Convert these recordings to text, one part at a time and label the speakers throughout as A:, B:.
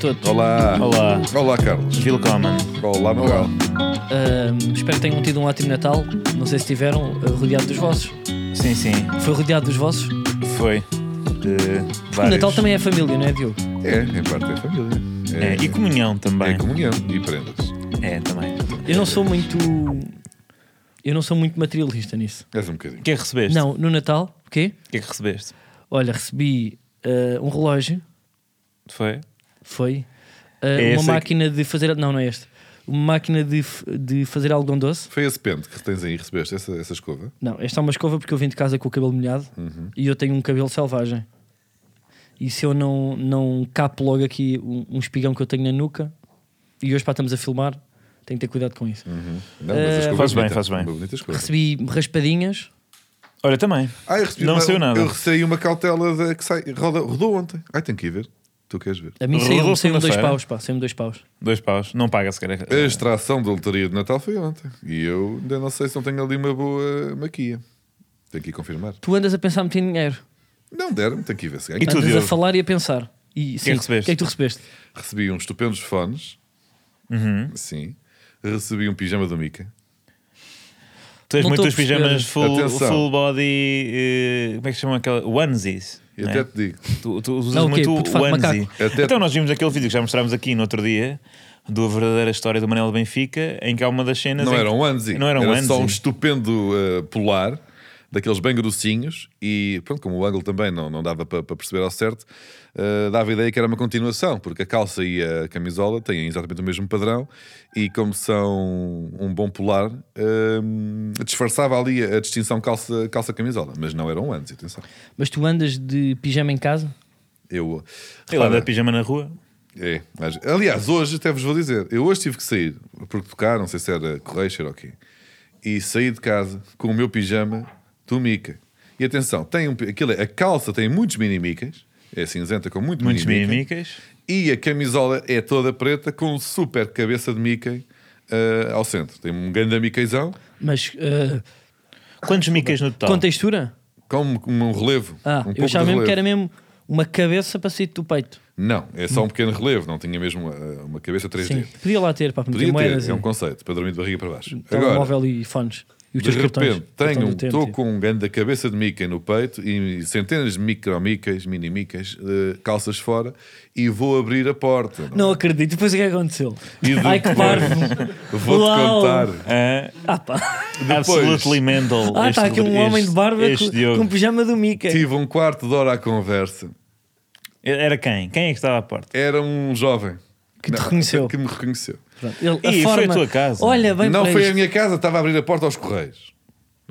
A: todos.
B: Olá.
C: Olá.
B: Olá, Carlos.
C: Willkommen.
B: Olá, Manuel.
A: Ahm, espero que tenham tido um ótimo Natal. Não sei se tiveram, ah, rodeado dos vossos.
C: Sim, sim,
A: Foi rodeado dos vossos?
C: foi. De
A: O
C: vários.
A: Natal também é família, não é, Diogo?
B: É, em parte é família.
C: É, e comunhão também.
B: é comunhão e prendas.
C: É, também.
A: Eu não sou muito. Eu não sou muito materialista nisso.
B: És um bocadinho.
C: O que é que recebeste?
A: Não, no Natal, o quê?
C: O que é que recebeste?
A: Olha, recebi ah, um relógio,
C: Foi?
A: foi. ah,
C: É esse
A: uma
C: aqui?
A: máquina de fazer. Não, não é este. Uma máquina de, f- de fazer algodão doce.
B: Foi esse pente que tens aí, recebeste essa, essa escova?
A: Não, esta é uma escova porque eu vim de casa com o cabelo molhado
B: Uhum.
A: e eu tenho um cabelo selvagem. E se eu não, não capo logo aqui um, um espigão que eu tenho na nuca, e hoje pá, estamos a filmar, tenho que ter cuidado com isso.
B: Uhum. Não, mas a
A: Eh,
B: escova
C: faz
B: é
C: bem,
B: bonita.
C: faz bem.
B: Uma bonita escova.
A: Recebi raspadinhas,
C: Olha, também.
B: Ah, eu recebi
C: Não
B: uma,
C: saiu nada.
B: Eu recebi uma cautela da, que sai, roda, rodou ontem. Ai, tenho que ir ver. Tu queres ver?
A: a mim
C: Rodou
A: saiu-me saiu dois
C: segunda-feira.
A: paus, pá, saiu-me dois paus.
C: Dois paus. Não paga sequer.
B: A extração da lotaria de Natal foi ontem. E eu ainda não sei se não tenho ali uma boa maquia. Tenho que ir confirmar.
A: Tu andas a pensar muito em dinheiro,
B: Não deram, tenho que ir ver se ganho.
C: E tu,
A: andas a
C: Diogo?
A: falar e a pensar. E, sim,
C: recebeste?
A: O que é que tu recebeste?
B: Recebi uns estupendos fones.
C: Uhum.
B: Sim. Recebi um pijama do Mica.
C: Tu tens
A: Não
C: muitos
A: estou a perceber.
C: pijamas full,
B: Atenção.
C: full body. eh, como é que se chama aquela? Onesies.
B: E
C: não é?
B: até te digo.
C: Tu, tu usas
A: Não, o quê?
C: muito
A: Puto de fato,
C: onesie.
A: macaco.
B: Até-
C: Então nós vimos aquele vídeo que já mostrámos aqui no outro dia, da verdadeira história do Manel de Benfica, em que há uma das cenas.
B: Não
C: em
B: era
C: que-
B: um onesie.
C: Não era um onesie.
B: só um estupendo uh, polar, daqueles bem grossinhos. E pronto, como o ângulo também não, não dava para perceber ao certo, uh, dava a ideia que era uma continuação, porque a calça e a camisola têm exatamente o mesmo padrão. E como são um bom polar, um, disfarçava ali a distinção calça- calça-camisola. mas não era um onesie, atenção.
A: Mas tu andas de pijama em casa?
B: Eu.
C: Ele anda
B: Repara,
C: de pijama na rua.
B: É, mas- aliás, hoje até vos vou dizer, eu hoje tive que sair, porque tocar, não sei se era Correixa ou o quê, e saí de casa com o meu pijama do Mica. E atenção, tem um, pi- aquilo é- a calça tem muitos mini-micas, é cinzenta com muito
C: Muitos
B: mini-mica,
C: mimicas.
B: e a camisola é toda preta com um super cabeça de Mickey ah, ao centro. Tem um grande Mickeyzão
A: Mas ah,
C: Quantos micas no total?
A: com textura?
B: com um, um relevo.
A: Ah,
B: um pouco
A: eu
B: de
A: achava mesmo
B: relevo.
A: que era mesmo uma cabeça para sair do peito.
B: Não, é só um pequeno relevo, não tinha mesmo ah, uma cabeça 3D.
A: Sim, podia lá ter para meter
B: Podia
A: moedas Então,
B: ter, é
A: e
B: um conceito, para dormir de barriga para baixo. Agora,
A: telemóvel e fones. E os
B: De
A: teus cartões.
B: repente, tenho,
A: Cartão do
B: um-
A: TNT.
B: estou com um grande cabeça de Mickey no peito e centenas de micro-micas, mini-micas, eh, calças fora e vou abrir a porta.
A: Não acredito. Depois o que é que aconteceu?
B: E
A: Ai que
B: depois-
A: parvo.
B: Vou-te
A: Uau.
B: contar.
C: Ah,
A: Ah, pá.
C: absolutely mental.
A: Ah, está aqui
C: Este-
A: um homem de
C: este-
A: barba
C: este
A: com,
C: Diogo.
A: com um pijama do Mickey.
B: Tive um quarto de hora à conversa.
C: Era quem? Quem é que estava à porta?
B: Era um jovem.
A: Que te reconheceu.
B: Que me reconheceu.
A: Pronto, ele- a
C: Ih, foi
A: forma-
C: a tua casa.
A: Olha, bem
B: Não
A: para
B: foi
A: isto.
B: a minha casa, estava a abrir a porta aos correios.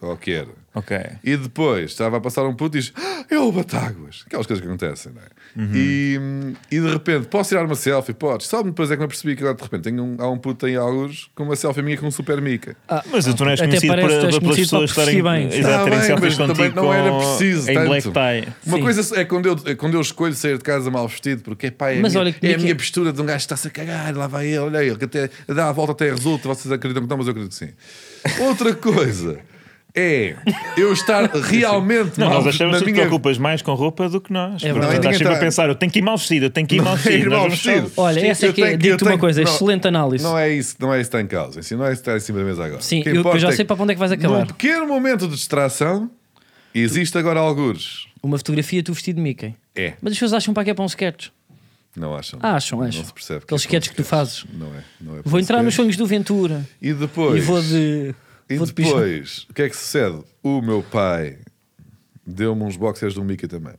B: Ou o que era.
C: Ok.
B: E depois estava a passar um puto e diz: ah, É o Batáguas. Aquelas coisas que acontecem, não é?
C: Uhum.
B: E, hum, e de repente, posso tirar uma selfie? Podes. Só depois é que me apercebi que agora de repente tenho um, há um puto em alguns com uma selfie minha com um super mica.
C: Mas tu não és
A: Ah, Até
C: conhecido
A: parece que tu
C: para,
A: és
C: para pelas
A: conhecido para
C: pessoas estarem
A: vestir bem.
C: exato,
B: Está
C: terem
B: Tá bem,
C: selfies
B: mas também
C: contigo
B: não era
C: com-
B: preciso
C: em
B: tanto.
C: black tie.
B: Uma
A: Sim.
B: coisa é quando eu, é quando eu escolho sair de casa mal vestido, porque epá, é,
A: Mas
B: a, minha,
A: olha que
B: é a
A: Mickey-
B: minha postura de um gajo que está-se a cagar, lá vai ele, olha ele, que até dá a volta até resulta, vocês acreditam que não, mas eu acredito que sim. Outra coisa é eu estar realmente
C: Não,
B: mal
C: nós achamos
B: na
C: que tu te
B: minha
C: preocupas mais com roupa do que nós. Porque
A: É verdade.
C: tu
B: Ninguém
C: estás sempre
B: tá-
C: a pensar, eu tenho que ir mal vestido, eu tenho que ir mal
B: Não é
C: vestido.
B: ir
C: nós
B: mal
C: vamos só-
B: vestido.
A: Olha, essa
B: Eu
A: é que é,
B: tenho- eu
A: digo-te uma
B: tenho-
A: coisa,
B: não,
A: excelente análise.
B: Não é isso, não é isso que está em causa. Assim, não é isso que está em cima da mesa agora.
A: Sim,
B: O que
A: eu- eu
B: importa
A: já
B: é
A: sei
B: que
A: para onde é que vais acabar.
B: Num pequeno momento de distração, existe agora algures.
A: Uma fotografia tu vestido de Mickey.
B: É.
A: Mas as pessoas acham para que é para um sketch.
B: Não acham?
A: Ah, acham,
B: não
A: acham.
B: se percebe.
A: Aqueles
B: é para um
A: sketches que tu
B: sketch.
A: fazes.
B: Não é. Não é para
A: Vou
B: um
A: entrar nos
B: sketch.
A: sonhos do Ventura.
B: E depois.
A: E vou de.
B: E
A: vou de pijama.
B: depois, o que é que sucede? O meu pai deu-me uns boxers do Mickey também.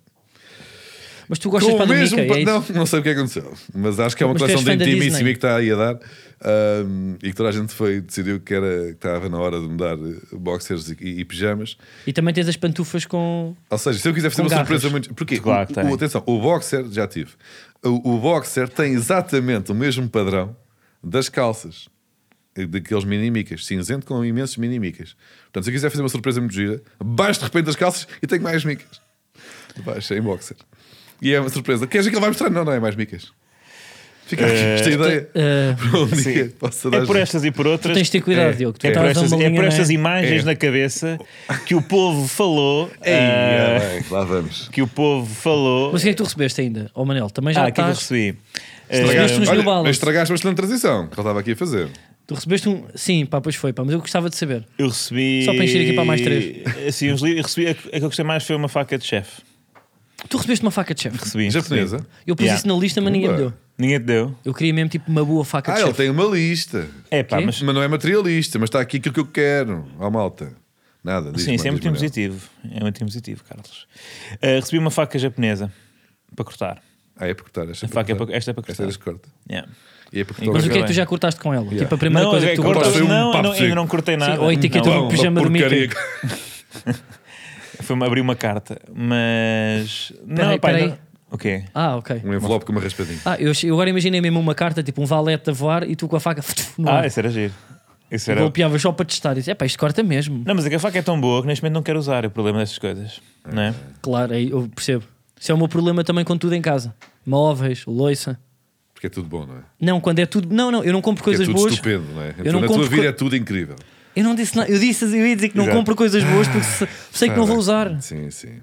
A: Mas tu gostas para do Mickey,
B: pa-
A: é isso?
B: não, não sei o que é que aconteceu, mas acho que é uma
A: Mas tu
B: coleção
A: és
B: de
A: fã da
B: intimíssima
A: Disney.
B: que está aí a dar ahm, e que toda a gente foi, decidiu que, era, que estava na hora de mudar eh, boxers e, e pijamas.
A: E também tens as pantufas com.
B: Ou seja, se eu quiser fazer
A: Com
B: uma
A: garras.
B: surpresa muito. Porque
C: Claro que
B: o,
C: tem.
B: o- atenção, o boxer, já tive, o, o boxer tem exatamente o mesmo padrão das calças. Daqueles minimicas, cinzento com imensos minimicas. Portanto, se eu quiser fazer uma surpresa muito gira, baixo de repente das calças e tenho mais micas. Baixa em boxer. E é uma surpresa. Queres ver que ele vai mostrar? Não, não é mais micas. Fica aqui esta ideia.
A: Eh,
B: Para um dia
C: Sim.
B: possa dar
C: É por
B: jeito.
C: estas e por outras.
A: Tens de ter cuidado, Diogo. Tu
C: É por
A: estás a dar
C: estas,
A: uma
C: é
A: linha,
C: por
A: não
C: estas
A: é?
C: imagens
B: É.
C: na cabeça que o povo falou.
B: Ei,
C: ah,
B: bem, lá vamos.
C: que o povo falou.
A: Mas o que é que tu recebeste ainda? Ó Manel, também já
C: ah, o que é que eu
A: estás.
C: recebi? Eh,
A: Recebeste uns New
B: Olha,
A: Balance.
B: mas estragaste uma excelente transição que ele estava aqui a fazer.
A: Tu recebeste um. Sim, pá, pois foi, pá, mas eu gostava de saber.
C: Eu recebi.
A: Só para encher aqui para mais três.
C: Assim, uns livros. Eu recebi. A, a que eu gostei mais foi uma faca de chefe.
A: Tu recebeste uma faca de chefe.
C: Recebi.
B: Japonesa?
C: recebi.
A: Eu pus
C: Yeah.
A: isso na lista, mas ninguém me
B: Pumba.
A: deu.
C: Ninguém te deu.
A: Eu queria mesmo tipo uma boa faca
B: Ah,
A: de
B: ele
A: chefe.
B: tem uma lista.
C: É pá,
A: Quê?
C: mas.
B: Mas não é materialista, mas está aqui aquilo que eu quero. Ó malta. Nada. diz
C: Sim, isso é
B: Marcos
C: muito
B: Manuel.
C: positivo. É muito positivo, Carlos. Eh, recebi uma faca japonesa para cortar.
B: Ah, é para cortar. Esta
C: A faca é para- esta é para
B: Esta
C: cortar.
B: é corta.
C: Yeah.
B: E é para cortar.
A: Mas o que é que tu
C: bem.
A: já cortaste com ela?
B: Yeah.
A: Tipo a primeira coisa
C: é
A: que tu
C: cortava-
A: cortaste.
B: cortaste foi um
C: não, eu
B: papo
C: não,
B: seco.
C: ainda não cortei nada.
A: ou a etiqueta
C: Não.
A: do é um pijama do
B: porcaria.
A: Mickey.
C: Foi-me abrir uma carta, mas.
A: Peraí,
C: não, pá,
A: peraí.
C: ainda- O quê?
A: Ah, ok.
B: Um envelope com uma raspadinha.
A: Ah, eu, eu agora imaginei mesmo uma carta, tipo um valete a voar e tu com a faca. No
C: Ah,
A: ar.
C: isso era giro. Isso era.
A: Golpeavas só para testar. E disse, é pá, isto corta mesmo.
C: Não, mas é que a faca é tão boa que neste momento não quero usar. É o problema destas coisas. Não é?
A: Claro, aí eu percebo. Isso é o meu problema também com tudo em casa. Móveis, loiça.
B: Porque é tudo bom, não é?
A: Não, quando é tudo. Não, não, eu não compro
B: Porque
A: coisas
B: é tudo
A: boas.
B: estupendo, não é? A
A: não
B: tua- na
A: compro
B: tua vida
A: co-
B: é tudo incrível.
A: Eu não disse nada. Eu disse, eu ia dizer que não
B: Exato. Ah, tá
A: compro coisas boas porque se- sei que não vou usar.
B: Sim, sim.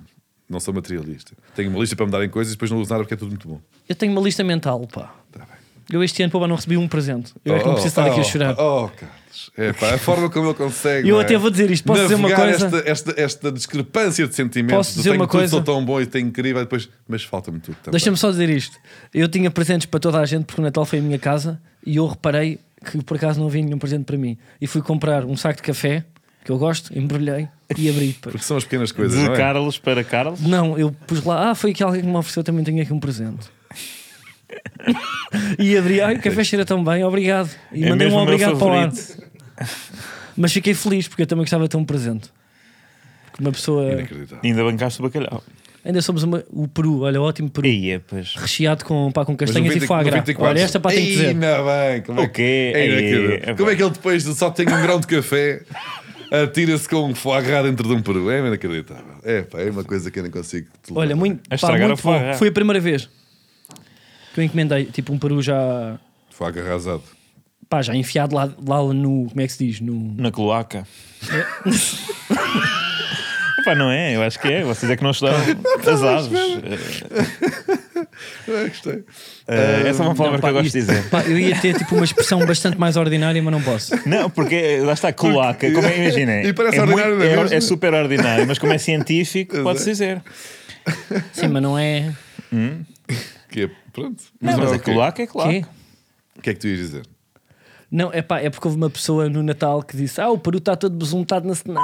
B: Não sou materialista. Tenho uma lista para me darem coisas e depois não uso nada porque é tudo muito bom.
A: Eu tenho uma lista mental, pá.
B: Tá bem.
A: Eu este ano, pá, não recebi um presente. Eu é que não preciso estar aqui a chorar.
B: Oh, oh, Carlos. É, pá, a forma como ele consegue.
A: Eu
B: não é?
A: até vou dizer isto. Posso dizer uma
B: Navegar
A: coisa?
B: Esta, esta, esta discrepância de sentimentos.
A: Posso
B: do
A: dizer
B: tenho
A: uma
B: tudo,
A: coisa?
B: Sou tão bom e tenho incrível. e Depois, mas falta-me tudo também.
A: Deixa-me só dizer isto. Eu tinha presentes para toda a gente porque o Natal foi a minha casa e eu reparei que por acaso não havia nenhum presente para mim. E fui comprar um saco de café que eu gosto, embrulhei e abri. pá.
B: Porque são as pequenas coisas,
C: De
B: não é?
C: Carlos para Carlos.
A: Não, eu pus lá, ah, foi aqui alguém que me ofereceu, também tenho aqui um presente. e abri, ai, o café cheira tão bem, obrigado. E
C: É
A: mandei um
C: mesmo o meu
A: obrigado para o ar.
C: favorito.
A: Mas fiquei feliz porque eu também gostava de ter um presente. Porque uma pessoa.
B: Inacreditável.
C: Ainda bancaste o bacalhau.
A: Ainda somos uma- o Peru, olha, ótimo Peru.
C: E é, pois.
A: Recheado com, pá, com castanhas e
B: 20
A: foie gras.
B: 94.
A: Olha, esta pá tem que dizer.
B: Ainda bem, como é
C: O quê?
B: É inacreditável.
C: Ei, é
B: como é
C: bem.
B: que ele depois de só tem um grão de café atira-se com um foie gras dentro de um peru? É inacreditável. É, pá, é uma coisa que eu não consigo. tolerar.
A: Olha, muito,
C: A
A: pá,
C: estragar
A: muito
C: a foie
A: bom.
C: gras.
A: Foi a primeira vez que eu encomendei, tipo, um peru já,
B: Foie gras arrasado.
A: pá, já enfiado lá, lá no, como é que se diz? No,
C: Na cloaca. Epá, não é, eu acho que é. Vocês é que não estudaram as aves.
B: Ah, gostei.
C: Eh, essa é uma palavra
A: Não, pá,
C: que eu gosto
A: isto-
C: de dizer.
A: pá, eu ia ter, tipo, uma expressão bastante mais ordinária, mas não posso.
C: Não, porque eh, lá está, cloaca, como é, imaginem.
B: E parece
C: é
B: ordinário, não é
C: é,
B: mesmo?
C: é super ordinário, mas como é científico, pode-se dizer.
A: Sim, mas não é...
B: Que é, pronto.
C: Não, mas
B: é
C: é
B: o quê?
C: cloaca, é cloaca.
A: Quê?
B: O que é que tu ias dizer?
A: Não, é pá, é porque houve uma pessoa no Natal que disse, ah, o peru está todo besuntado na Snide.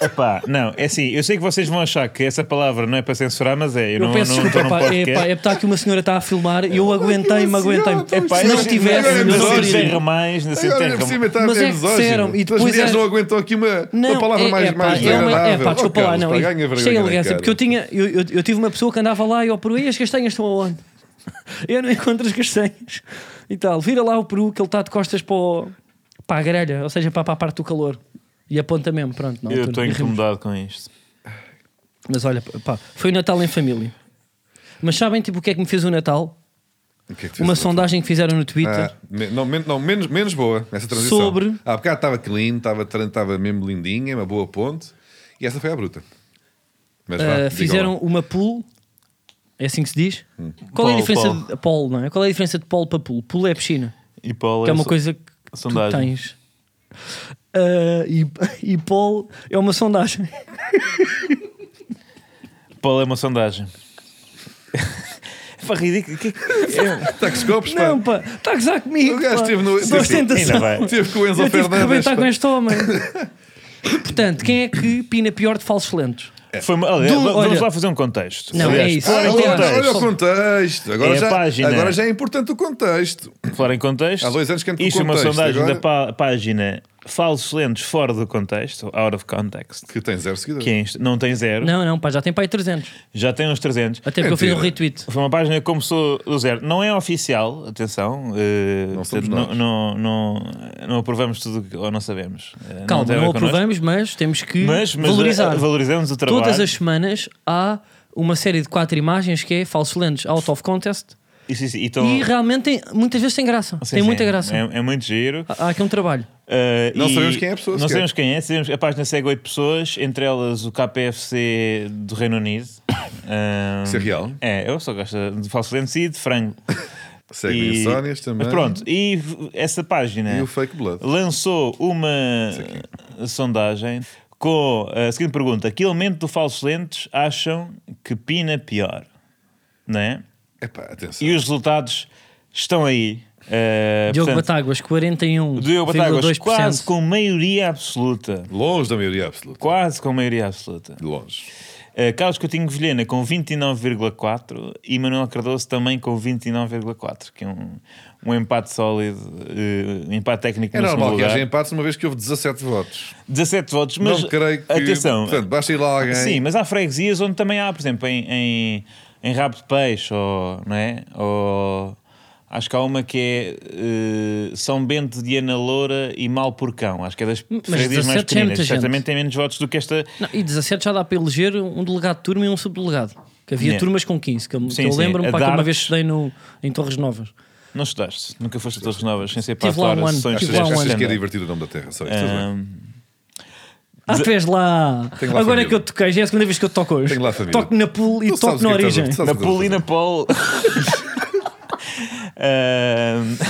C: Epá, não, é assim, eu sei que vocês vão achar que essa palavra não é para censurar, mas é. Eu,
A: Eu
C: não,
A: peço
C: não,
A: desculpa,
C: não
A: pá, é
C: podcast.
A: pá, é porque está aqui uma senhora está a filmar e eu aguentei-me, aguentei-me.
B: senhora,
C: Epá,
A: Se
C: eu-
A: não estivesse,
B: agora
A: eu
B: é
A: não
B: misógino.
C: não se
A: sabia.
C: enterra mais, não se
B: Agora ainda
C: enterra
B: por cima está
A: Mas
B: a
A: é que disseram, e
B: As
A: depois
B: mulheres
A: é-
B: não aguentam aqui uma,
A: Não,
B: uma palavra
A: é,
B: mais,
A: é, pá,
B: mais
A: é uma-
B: desagradável.
A: é, pá,
B: Oh,
A: desculpa lá,
B: Carlos,
A: não.
B: pá,
A: eu-
B: ganha vergonha
A: Cheia
B: na
A: elegância,
B: cara.
A: assim, porque eu tinha, eu, eu, eu tive uma pessoa que andava lá e ao Peru, e as castanhas estão aonde? eu não encontro as castanhas e tal. Vira lá o Peru que ele está de costas para, o- para a grelha, ou seja, para, para a parte do calor. E aponta mesmo, pronto. na
C: Eu
A: altura.
C: estou
A: E rimos.
C: incomodado com isto.
A: Mas olha, pá, foi o Natal em família. Mas sabem tipo o que é que me fez o Natal?
B: O que é que tu
A: Uma
B: ias dizer?
A: sondagem que fizeram no Twitter.
B: Ah, me- não, men- não, menos, menos boa essa transição.
A: Sobre-
B: Há bocado estava clean, estava, tran- estava mesmo lindinha, uma boa ponte. E essa foi a bruta. Mas vá,
A: Uh,
B: digam
A: fizeram
B: lá.
A: uma pool. É assim que se diz?
B: Hum.
A: Qual é a
C: Pool,
A: diferença
C: pool.
A: de pool, não é? Qual é a diferença de pool para pool? Pool é piscina,
C: E Paulo,
A: que é
C: eu
A: uma
C: sou-
A: coisa que
C: sondagem.
A: tu tens. Uh, e, e pool é uma sondagem.
C: Paulo é uma sondagem. Pá, ridículo. que-
B: Taxcopos, pá.
A: Não, pá, está a gozar comigo.
B: O gajo
A: pá.
B: esteve no-
A: Sou ostentação.
C: Ainda bem.
B: Teve com o Enzo
A: Eu tive que
B: Fernandes.
A: arrebentar
B: pá.
A: com este homem. Portanto, quem é que pina pior de falsos lentos?
C: É. Foi uma- olha,
A: Do-
C: vamos
A: olha-
C: lá fazer um contexto.
A: Não,
C: Aliás,
A: é isso.
C: Falar em
B: Ah, Olha,
C: contexto.
B: olha o contexto. Agora,
C: É a
B: já,
C: página.
B: agora já é importante o contexto.
C: Falar em contexto.
B: Há dois anos que entro no
C: Isto é uma
B: contexto,
C: sondagem
B: agora-
C: da pá- página Falsos Lentes Fora do Contexto, Out of Context.
B: Que tem zero seguidores.
C: Que é isto, não tem zero,
A: Não, não, pá, já tem para aí 300.
C: já tem uns 300.
B: É
A: Até porque eu fiz um
B: Mentira.
A: retweet.
C: Foi uma página que começou do zero. Não é oficial, atenção. eh,
B: somos
C: portanto,
B: nós.
C: não, não, não, não aprovamos tudo o que- ou não sabemos. Eh, não
A: Calma,
C: tem a
A: não,
C: ver connosco.
A: aprovamos, mas temos que
C: Mas, mas
A: valorizar.
C: eh, valorizamos o trabalho.
A: Todas as semanas há uma série de quatro imagens que é falsos lentes, out of contest,
C: Isso, isso, então-
A: e realmente tem- muitas vezes tem graça.
C: sim,
A: tem
C: sim,
A: muita graça.
C: É, é muito giro.
A: Há há aqui um trabalho.
C: Eh,
B: Não
C: e-
B: sabemos quem é a pessoa
C: Não
B: sequer.
C: sabemos quem é. Sabemos, a página segue oito pessoas, entre elas o KPFC do Reino Unido. Ahm,
B: Isso é real.
C: É, eu só gosto de falso lenço e de frango.
B: Seguem
C: E-
B: e... Sónias também.
C: Mas pronto, e v- essa página
B: E o Fake Blood.
C: lançou uma sondagem com a seguinte pergunta: Que elemento do falso lentes acham que pina pior? Não é?
B: Epá, atenção.
C: E os resultados estão aí. Ah,
A: Diogo
C: portanto,
A: Batáguas, 41.
C: Diogo Batáguas, quase com maioria absoluta.
B: Longe da maioria absoluta.
C: Quase com maioria absoluta.
B: Longe.
C: Uh, Carlos Coutinho Vilhena com 29,4 e Manuel Cardoso também com 29,4, que é um, um empate sólido, uh, um empate técnico
B: É
C: no segundo
B: normal que
C: lugar.
B: haja empates, uma vez que houve 17 votos.
C: 17 votos, mas
B: não creio que.
C: atenção. ah,
B: Portanto, basta ir lá alguém.
C: Sim, mas há freguesias onde também há, por exemplo, em, em, em rabo de peixe, ou, não é? Ou, acho que há uma que é uh, São Bento de Ana Loura e Malporcão. Acho que é das freguesias
A: 17 é
C: mais
A: muita
C: pequenas.
A: gente.
C: Certamente tem menos votos do que esta.
A: Não, e 17 já dá para eleger um delegado de turma e um subdelegado. Que havia
C: Yeah.
A: turmas com 15, que eu, que
C: Sim,
A: eu
C: sim.
A: lembro-me
C: A
A: pá, que uma
C: Dartes.
A: vez estudei no, em Torres Novas.
C: Não estudaste, nunca foste a Torres Novas, sem ser para
A: Tive lá um
C: atuar
A: ano,
C: sessões
A: tive
B: Achas,
A: lá um
C: de
A: ano.
B: achas que é
C: stand-up.
B: divertido o nome da Terra? Só isto, tudo bem.
C: Ahm,
A: Ah, tu és lá!
B: Tenho lá
A: Agora é
B: família.
A: que eu toquei, já é a segunda vez que eu toco hoje.
B: Tenho lá família.
A: Toco na pool e
B: Tu
A: toco
B: sabes
A: na
B: o que estás a-
A: origem.
B: tu sabes o que estás a
C: Napolina Paul. Ahm,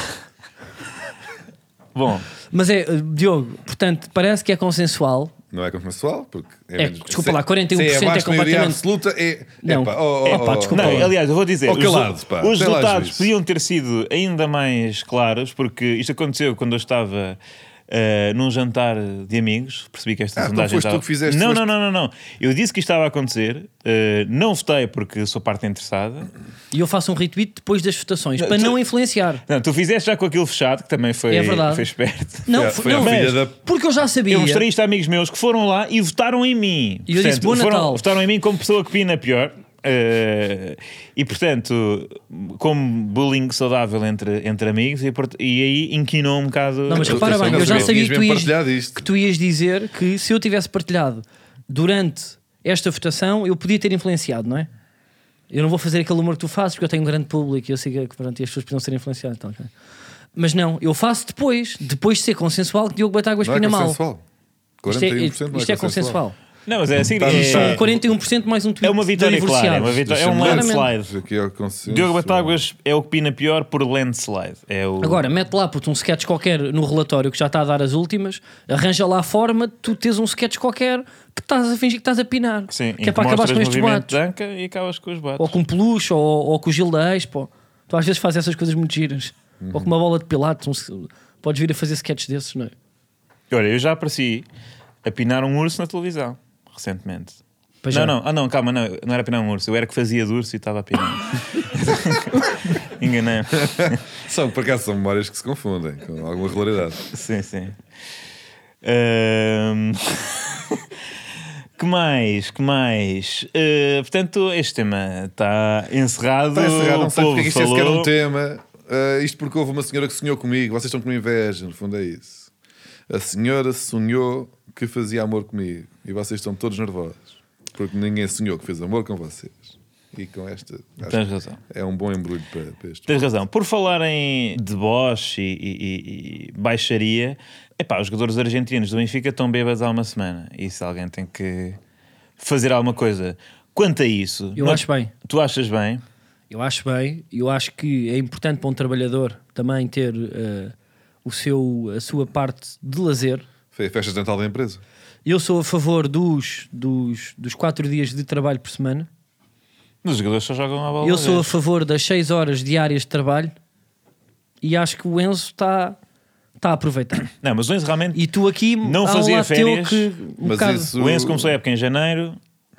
C: Bom,
A: Mas é, eh, Diogo, portanto, parece que é consensual.
B: Não é consensual, porque.
A: É,
B: menos-
A: desculpa
B: se-
A: lá, 41%
B: se
A: é
B: abaixo da maioria
A: completamente-
B: absoluta é.
A: Não.
B: Epá, oh, oh,
A: É pá,
B: oh,
A: desculpa
B: oh.
C: não, aliás, eu vou dizer,
B: Ó,
C: os,
B: calado,
C: resu-
B: pá, tem lá
C: os resultados
B: juízo.
C: podiam ter sido ainda mais claros, porque isto aconteceu quando eu estava ah, num jantar de amigos. Percebi que esta
B: Ah, então
C: sondagem
B: foste tu
C: estava.
B: que fizeste,
C: não,
B: foste-
C: não, não, não, não. Eu disse que isto estava a acontecer, ah, não votei porque sou parte interessada.
A: E eu faço um retweet depois das votações, para
C: tu-
A: não influenciar.
C: Não, tu fizeste já com aquilo fechado, que também foi,
A: É verdade.
C: foi esperto.
A: Não,
B: a-
A: f-
B: foi a
A: não,
B: filha da-
A: porque eu já sabia.
C: Eu mostrei isto a amigos meus que foram lá e votaram em mim.
A: E eu disse, "Bom
C: foram-
A: Natal."
C: Votaram em mim como pessoa que pina pior. Eh, e portanto, como bullying saudável entre, entre amigos, e, port- e aí inquinou um bocado.
A: Não, mas
C: a
A: repara
C: situação
A: bem,
C: das
A: eu já
C: pessoas.
A: sabia
B: Tinhas
A: que tu,
B: mesmo
A: ias,
B: partilhado isto.
A: que tu ias dizer que se eu tivesse partilhado durante esta votação, eu podia ter influenciado, não é? Eu não vou fazer aquele humor que tu fazes porque eu tenho um grande público e eu sei que pronto, e as pessoas precisam ser influenciadas. Então, ok. Mas não, eu faço depois, depois de ser consensual, que Diogo Batáguas
B: Não é
A: pina mal.
B: consensual.
A: Isto é,
B: 41% não
A: isto é consensual.
C: Não, mas é assim.
B: Estás a
C: é-
B: achar-
A: São 41% mais um tweet
C: É uma
A: de
C: vitória clara, é uma
A: divorciados.
C: vitória, é um
B: Deixa-me
A: ver.
C: landslide.
B: Aqui é o consenso.
C: Diogo Batáguas é o que pina pior por landslide. É o...
A: Agora, mete lá puto, um sketch qualquer no relatório que já está a dar as últimas, arranja lá a forma de tu teres um sketch qualquer que estás a fingir que estás a pinar.
C: Sim, em
A: que é para acabar
C: mostras
A: com estes Oh,
C: movimento de
A: bates.
C: anca e acabas com os bates.
A: Ou com um peluche, ou, ou com o Gil da Expo. Tu às vezes fazes essas coisas muito giras. Ou com uma bola de pilates. um se- Podes vir a fazer sketches desses, não é?
C: Olha, eu já apareci a pinar um urso na televisão, recentemente.
A: Pois
C: não,
A: já.
C: não, ah, não, calma, não, não era pinar um urso, eu era que fazia de urso e estava a pinar. Enganei.
B: São, por acaso, são memórias que se confundem com alguma regularidade.
C: Sim, sim. Ahm, que mais? Que mais? Ah, portanto, este tema está encerrado.
B: Está encerrado, não
C: o
B: sei
C: povo
B: porque é que isto
C: falou.
B: é sequer um tema. Ah, isto porque houve uma senhora que sonhou comigo. Vocês estão com inveja, no fundo é isso. A senhora sonhou que fazia amor comigo. E vocês estão todos nervosos. Porque ninguém sonhou que fez amor com vocês. E com esta. acho
C: Tens
B: que
C: razão.
B: É um bom embrulho para, para este.
C: Tens razão. Por falar em deboche e, e- e- e baixaria, epá, os jogadores argentinos do Benfica estão bêbados há uma semana. E se alguém tem que fazer alguma coisa quanto a isso...
A: Eu
C: não-
A: acho bem.
C: Tu achas bem?
A: Eu acho bem, eu acho que é importante para um trabalhador também ter eh, o seu, a sua parte de lazer.
B: Foi a festa de Natal da empresa.
A: Eu sou a favor dos, dos, dos quatro dias de trabalho por semana.
C: Os jogadores só jogam a bola.
A: Eu
C: uma
A: sou a
C: vez.
A: favor das 6 horas diárias de trabalho e acho que o Enzo está está a aproveitar.
C: Não, mas o Enzo realmente...
A: E tu aqui
C: Não
A: há um
C: fazia
A: lado teu
C: férias,
A: que um
B: mas
A: bocado-
B: isso-
C: O Enzo começou a época em janeiro.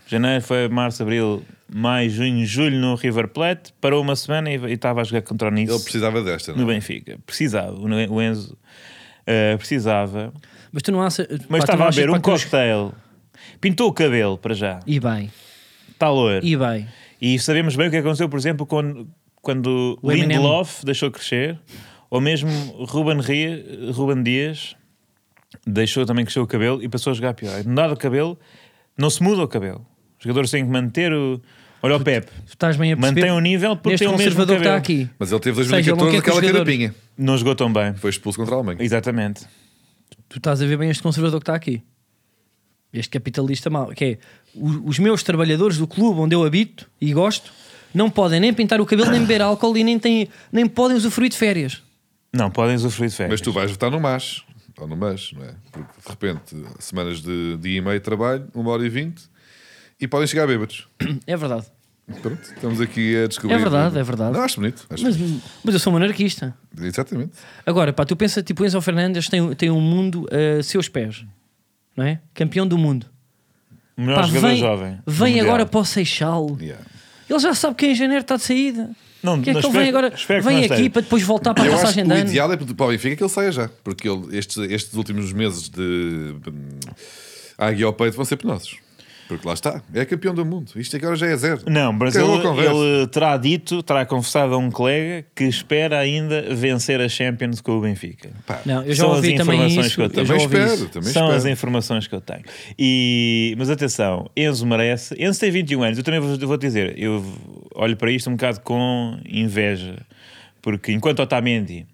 C: Janeiro foi março, abril, maio, junho, julho no River Plate. Parou uma semana e e estava a jogar contra o Nice
B: Ele precisava desta,
C: no
B: não é?
C: Benfica. Precisava. O Enzo ah, precisava.
A: Mas tu não achas.
C: Mas
A: pá, tu não
C: estava a
A: achas,
C: beber
A: pá,
C: um
A: que os-
C: cocktail. Pintou o cabelo para já.
A: E bem,
C: Está loiro. E...
A: e bem.
C: sabemos bem o que aconteceu, por exemplo, quando, quando
A: O Eminem.
C: Lindelof deixou crescer, ou mesmo Ruben, Ria, Ruben Dias deixou também crescer o cabelo e passou a jogar pior. Mudar o cabelo, não se muda o cabelo. Os jogadores têm que manter o. Olha o Pepe.
A: Tu estás bem a perceber.
C: Mantém o nível porque
A: Neste
C: tem o mesmo
A: conservador que está
C: cabelo.
A: aqui.
B: Mas ele teve
A: Ou seja, ele não
B: 2014
A: quer que os
B: aquela
A: jogadores-
B: carapinha.
C: Não jogou tão bem.
B: Foi expulso contra a Alemanha.
C: Exatamente.
A: Tu estás a ver bem este conservador que está aqui. Este capitalista mau, que é o- os meus trabalhadores do clube onde eu habito e gosto não podem nem pintar o cabelo, nem beber álcool e nem, têm, nem podem usufruir de férias.
C: Não, podem usufruir de
A: É,
C: férias.
B: Mas tu vais votar no MAS, ou no MAS, não é? Porque de repente, semanas de dia e meio de trabalho, uma hora e vinte, e podem chegar bêbados.
A: É verdade.
B: Pronto, estamos aqui a descobrir.
A: É verdade, é verdade.
B: Não, acho bonito. Acho
A: Mas, mas eu sou um anarquista.
B: bonito. Exatamente.
A: Agora, pá, tu pensa, tipo, Enzo Fernandes tem, tem um mundo a seus pés, não é? Campeão do mundo.
C: O melhor
A: Pá,
C: jogador
A: vem
C: jovem.
A: vem
C: Mundial.
A: agora para o Seixal.
B: Yeah.
A: Ele já sabe que em janeiro está de saída.
C: Não,
A: que é que
C: mas
A: ele vem
C: espero-
A: agora?
C: espero que
A: Vem
C: não
A: aqui
C: esteja.
A: para depois voltar para a
B: Eu acho que
A: passagem de
B: o
A: ano.
B: ideal é para para o Benfica que ele saia já, porque ele- estes, estes últimos meses de hum, águia ao peito vão ser penosos. Porque lá está, é campeão do mundo. Isto agora já é zero.
C: Não, mas
B: Acabou a
C: ele,
B: conversa.
C: ele terá dito, terá confessado a um colega que espera ainda vencer a Champions com o Benfica.
B: Pá,
A: Não, eu já
C: São as
A: ouvi também
C: informações
A: isso.
C: que eu
A: eu já
B: também
A: ouvi
B: espero,
A: isso.
B: também
C: São as
B: espero.
C: informações que eu tenho. E, mas atenção, Enzo merece. Enzo tem 21 anos. Eu também vou, vou dizer, eu olho para isto um bocado com inveja, porque enquanto Otamendi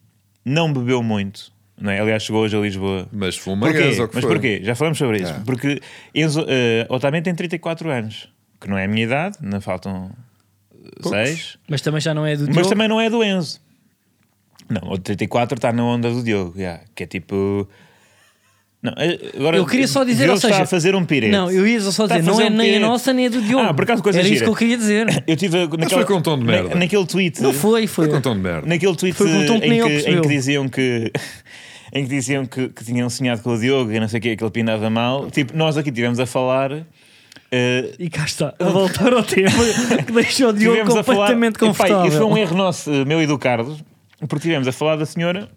C: não bebeu muito, não é? aliás, chegou hoje a Lisboa.
B: Mas foi uma
C: Porquê?
B: gás, ou que
C: Mas
B: foi.
C: porquê? Já falamos sobre isso.
B: Ah.
C: Porque Enzo, eh, Otamendi tem 34 anos, que não é a minha idade, não faltam 6.
A: Mas também já não é do
C: Mas
A: Diogo.
C: também não é do Enzo. Não, o 34 está na onda do Diogo, já, que é tipo. Não, eh, agora,
A: Eu queria só dizer,
C: Diogo
A: ou seja,
C: está a fazer um pirete.
A: Não, eu ia só
C: Está a
A: dizer, não
C: fazer
A: é
C: um
A: nem a
C: pirete.
A: nossa nem a do Diogo.
C: Ah, por acaso coisa
A: Era isso
C: gira.
A: que eu queria dizer.
C: Eu tive naquela,
B: foi com um tom de
C: na-
B: merda.
C: naquele tweet.
A: Não foi, foi.
B: Foi
C: Então,
B: com tom é um de merda.
C: Naquele tweet
A: Foi com um tom que
C: em,
A: nem
C: que,
A: ele
C: em
A: percebeu.
C: que diziam que em que diziam que, que tinham sonhado com o Diogo e não sei o que, que ele pinava mal. Tipo, nós aqui estivemos a falar. eh,
A: E cá está, a voltar ao tema que deixou o Diogo
C: tivemos a falar-
A: completamente
C: Epá,
A: confortável.
C: Isso foi um erro nosso, eh, meu e do Carlos, porque tivemos a falar da senhora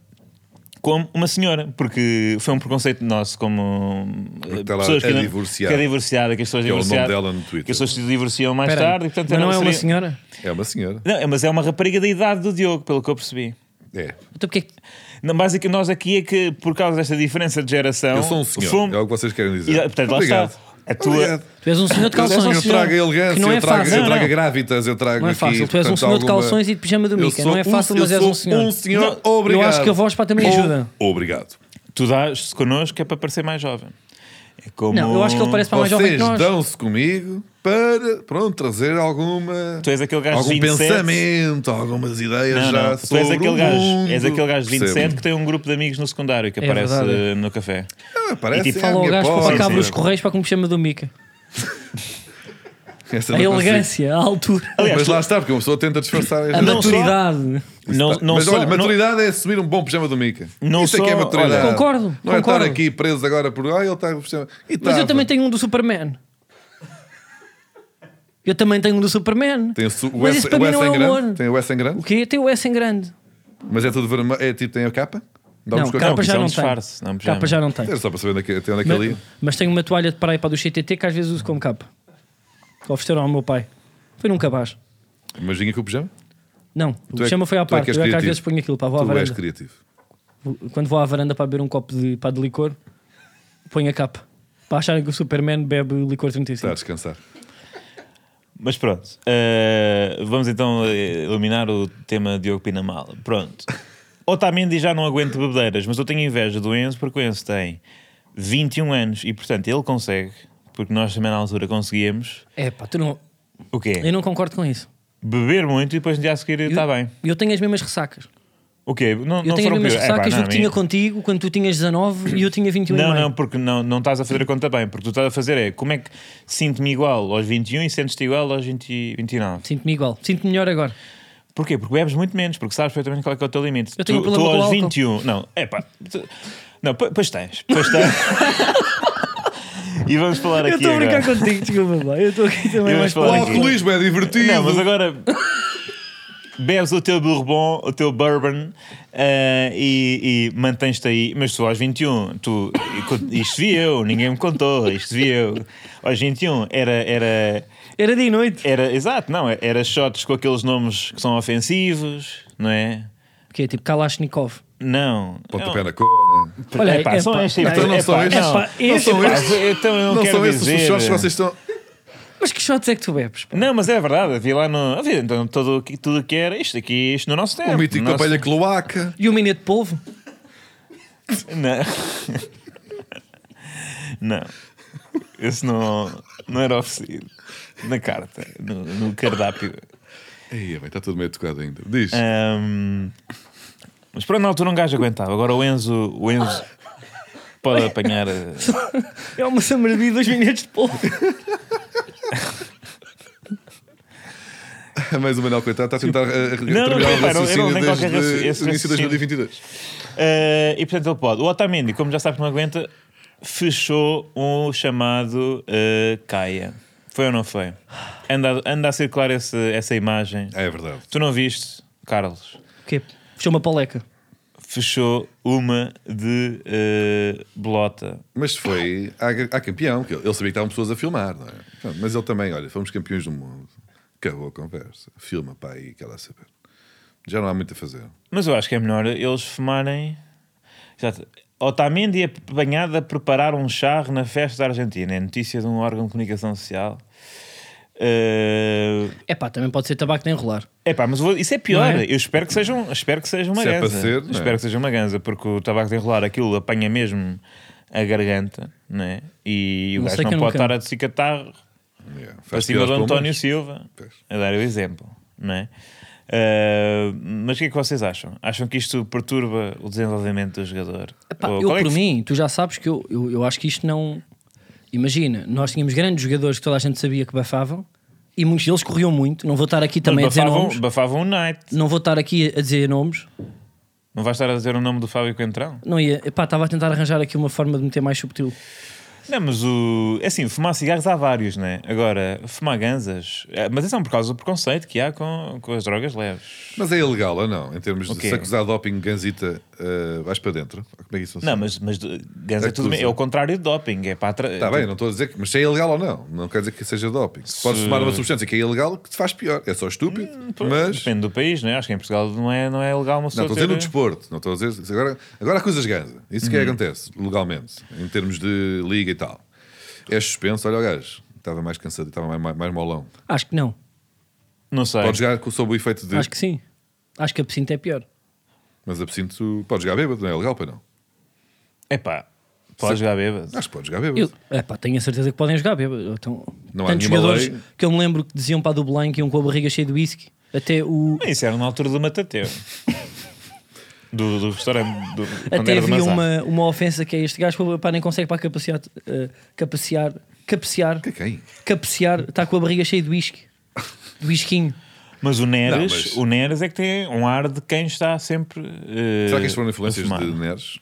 C: como uma senhora, porque foi um preconceito nosso como eh,
B: Porque está lá
C: pessoas
B: a
C: que, não-
B: divorciada.
C: que é divorciada, que as pessoas
B: Que é o nome
C: divorciadas-
B: dela no Twitter.
C: que as pessoas se divorciam mais
A: Espera aí,
C: tarde, e, portanto,
A: mas não é uma
C: seria-
A: senhora?
B: É uma senhora.
C: Não, é- mas é uma rapariga da idade do Diogo, pelo que eu percebi.
B: É.
A: Então porque é que-
C: Não, basicamente, nós aqui é que, por causa desta diferença de geração.
B: Eu sou um senhor.
C: fomos-
B: É o que vocês querem dizer.
C: E, eh, portanto, lá
B: Obrigado.
C: está. A tua-
B: Obrigado.
A: tu és um senhor de
B: Eu,
A: calções.
B: eu trago a elegância,
A: que não é
B: eu trago,
A: fácil.
B: eu
C: Não,
B: trago
C: não.
B: a grávidas, eu trago
A: Não é
B: aqui,
A: fácil. Tu és um
B: portanto,
A: senhor de
B: alguma-
A: calções e de pijama do
B: Eu
A: Mickey.
B: sou
A: Não é fácil,
B: um,
A: mas és
B: eu
A: um
B: sou
A: senhor.
B: um senhor,
A: Não, eu
B: obrigado.
A: acho que a voz, pá, também
B: O-
A: ajuda.
B: Obrigado.
C: Tu dás-te connosco é para parecer mais jovem. É como...
A: Não, eu acho que ele parece para mais jovem que
B: Vocês
A: nós.
B: dão-se comigo para, pronto, trazer alguma...
C: Tu és aquele gajo
B: algum
C: de 27.
B: pensamento, algumas ideias
C: Não,
B: já
C: não. Tu
B: sobre
C: és aquele,
B: o
C: gajo,
B: mundo.
C: és aquele gajo de 27
B: Percebo.
C: que tem um grupo de amigos no secundário que
A: É
C: aparece
A: verdade.
C: eh, no café.
B: Ah, parece
C: E tipo,
B: é a
A: Fala ao
B: minha
A: gajo
B: porta.
A: para cá abrir os
B: Sim.
A: correios para que me chama do Mica.
B: Essa
A: A
B: não consigo.
A: elegância, a altura,
C: Aliás,
B: Mas
C: tu- Ah,
B: lá está, porque uma pessoa tenta disfarçar.
A: a
C: Não só-
A: maturidade.
C: Não, não
B: Tá, mas
C: só-
B: olha,
C: não-
B: maturidade é assumir um bom pijama do Mica.
C: Não
B: Isso é que é
C: só-
B: maturidade.
C: olha-
A: Concordo,
B: Não é estar
A: concordo.
B: aqui preso agora por. Ah, ele está com o pijama.
A: Mas
B: E
A: eu
B: estava.
A: também tenho um do Superman. Eu também tenho um do Superman.
B: Tem o su- o
A: Mas
B: S
A: isso para
B: o
A: mim
B: S
A: não é
B: em grande.
A: humor.
B: Tem o S em
A: O
B: grande.
A: quê? Tem o S em grande.
B: Mas é tudo vermelho. É tipo, tem a capa? Dá
A: Não,
B: uns
A: capa
B: cocos.
C: isso
A: já
C: é um
A: não
C: disfarce, não é um
A: tem.
C: pijama.
A: Capa já não tem.
B: Era só para saber onde é que- até onde é que
A: Mas,
B: ele ia.
A: mas tenho uma toalha de praia para do CTT que às vezes uso como capa. Que ofereceram ao meu pai. Foi num cabaz.
B: Imagina que o pijama.
A: Não,
B: Tu
A: o
B: é que-
A: chama foi à
B: tu é que
A: parte.
B: és
A: eu é que às
B: criativo.
A: vezes ponho aquilo para vou à
B: Tu és
A: varanda.
B: criativo.
A: Quando vou à varanda para beber um copo de, pá, de licor, ponho a capa. Para acharem que o Superman bebe licor 35.
B: Está a descansar.
C: Mas pronto, eh, vamos então eh, eliminar o tema Diogo Pinamala. Pronto. Otamendi já não aguenta bebedeiras, mas eu tenho inveja do Enzo porque o Enzo tem 21 anos e, portanto, ele consegue, porque nós também na altura conseguíamos,
A: É pá, tu não.
C: o quê?
A: Eu não concordo com isso.
C: Beber muito e depois no dia a seguir está bem.
A: Eu tenho as mesmas ressacas.
C: O quê? Não,
A: Eu
C: não
A: tenho as
C: foram
A: mesmas
C: piores. É, pá,
A: ressacas
C: não,
A: do que tinha
C: a mim-
A: contigo quando tu tinhas 19 e eu tinha 21 e
C: Não,
A: meio.
C: não, porque não, não estás a fazer a conta bem. Porque tu estás a fazer é como é que sinto-me igual aos 21 e sentes-te igual aos 20, e 29.
A: Sinto-me igual. Sinto-me melhor agora.
C: Porquê? Porque bebes muito menos, porque sabes perfeitamente qual é, que é o teu limite.
A: Eu tenho
C: tu,
A: um problema
C: tu
A: com o
C: aos
A: álcool.
C: 21. Não, é pá. tu- Não, po- pois tens. Pois tens. e vamos falar aqui.
A: eu estou a brincar
C: agora.
A: contigo, desculpa lá. Eu estou aqui também
C: Eu
A: mais
C: vou
B: O
A: para
C: falar
A: lá.
C: aqui.
B: alcoolismo é divertido.
C: Não, mas agora. Bebes o teu bourbon, o teu bourbon eh, e, e mantens-te aí. Mas tu aos 21, tu, e co- isto vi eu, ninguém me contou, isto vi eu. Aos 21 era, era,
A: Era dia e noite.
C: era exato, não, era shots com aqueles nomes que são ofensivos, não é?
A: Que é tipo Kalashnikov.
C: Não.
B: Pontapé
C: Não. é,
B: na cor. né?
A: Olha,
C: Epá,
A: epá,
C: são estes
A: não,
C: tipos-
B: Então não
C: epá,
B: são estes.
C: é, não.
A: Epá,
B: Não são
C: Epá,
B: estes.
C: Então eu não,
B: Não
C: quero
B: são esses os
C: dizer-
B: shots que vocês estão.
A: Mas que shots é que tu bebes? pá?
C: Não, mas é verdade, havia lá no. Havia então tudo, o- tudo o que era isto aqui, isto no nosso tempo.
B: O mítico
C: no nosso-
B: campanha cloaca.
A: E o minete de polvo?
C: Não. não. Esse não, não era oferecido. Na carta, no, no cardápio.
B: Ei, bem, está tudo meio tocado ainda. Diz.
C: Ahm, mas pronto, na altura um gajo aguentava. Agora o Enzo, o Enzo pode apanhar. eh,
A: É uma samaria dois minutos depois.
B: Mas o Manuel Coitado está a tentar eh,
C: não,
B: trabalhar
C: não,
B: o
C: não, não, eu não
B: raciocínio
C: tenho qualquer raci-
B: desde
C: esse
B: o início de
C: raciocínio.
B: 2022.
C: Eh, e portanto ele pode. O Otamendi, como já sabe que não aguenta, fechou um chamado eh, Caia. Foi ou não foi? Anda, anda a circular esse- essa imagem.
B: É verdade.
C: Tu não viste, Carlos?
A: O quê? Fechou uma é, paleca.
C: Fechou uma de eh, bolota.
B: Mas foi a, a campeão, que ele ele sabia que estavam pessoas a filmar, não é? Pronto, mas ele também, olha, fomos campeões do mundo. Acabou a conversa. Filma, pá, aí, quer lá saber. Já não há muito a fazer.
C: Mas eu acho que é melhor eles fumarem. Exato. Otamendi apanhada a preparar um charro na festa da Argentina. É notícia de um órgão de comunicação social. Eh,
A: É pá, também pode ser tabaco de enrolar.
C: Epá, mas vou- isso é pior.
A: Não é?
C: Eu espero que seja, um- espero que seja uma
B: Se é
C: ganza.
B: para ser, não é?
C: espero que seja uma ganza, porque o tabaco de enrolar aquilo apanha mesmo a garganta, não é? E o
A: Não
C: gajo
A: sei
C: não
A: que eu
C: pode
A: nunca-
C: estar a decatar
B: Yeah.
C: para
B: É, Faz
C: cima do
B: pior aos
C: António
B: pulmões.
C: Silva,
B: Pois.
C: a dar o exemplo, não é? Ah, mas o que é que vocês acham? Acham que isto perturba o desenvolvimento do jogador?
A: Epá,
C: Ou
A: eu,
C: qual é
A: por
C: que-
A: mim, tu já sabes que eu, eu, eu acho que isto não. Imagina, nós tínhamos grandes jogadores que toda a gente sabia que bafavam e muitos deles corriam muito. Não vou estar aqui também a dizer
C: bafavam,
A: nomes.
C: bafavam o um, Knight.
A: Não vou estar aqui a dizer nomes.
C: Não vais estar a dizer o nome do Fábio Coentrão?
A: Não ia. Epá, estava a tentar arranjar aqui uma forma de meter mais subtil.
C: Não, mas o. É assim, fumar cigarros há vários, né? Agora, fumar ganzas. é, Mas isso é por causa do preconceito que há com, com as drogas leves.
B: Mas é ilegal ou não? Em termos de
C: Ok.
B: se acusar doping, ganzita, eh, vais para dentro? Como é que isso
C: Não,
B: funciona?
C: mas, mas de- ganza é tudo
B: Acusa.
C: bem. É o contrário de doping. É para atra...
B: Está bem, não estou a dizer que. Mas se é ilegal ou não, não quer dizer que seja doping. Se... Podes tomar uma substância que é ilegal, que te faz pior. É só estúpido,
C: Hum,
B: mas.
C: tipo, Depende do país, né? Acho que em Portugal não é, não é legal uma
B: Não,
C: pessoa.
B: estou a dizer
C: ter-
B: no desporto. Não estou a dizer. Agora, agora acusas ganza. Isso que é
C: Uhum.
B: que acontece, legalmente, em termos de liga e tal. És suspenso, olha o gajo. Estava mais cansado, estava mais, mais, mais molão.
A: Acho que não.
C: Não sei.
B: Pode jogar com- sob o efeito de.
A: Acho que sim. Acho que a absinto é pior.
B: Mas absinto, pode jogar bêbado, não é legal para não.
C: Epá, podes jogar bêbado.
B: Acho que pode jogar bêbado.
A: Eu, epá, tenho a certeza que podem jogar. bêbado. Então,
B: Não há
A: tantos
B: nenhuma
A: jogadores
B: lei.
A: que eu me lembro que diziam para a Dublin que iam com a barriga cheia de whisky. Até o.
C: Mas Isso era na altura do Matateu. do, do restaurante. Do, quando
A: Até
C: era do
A: havia
C: Mazar.
A: uma, uma ofensa que é este gajo, pá, nem consegue para capaciar, eh, capaciar, capaciar,
B: Que é quem?
A: capaciar, está tá com a barriga cheia de whisky, de whiskinho.
C: Mas o Neres,
B: Não, mas-
C: o Neres é que tem um ar de quem está sempre. eh,
B: Será que estas foram influências
C: a fumar.
B: de Neres?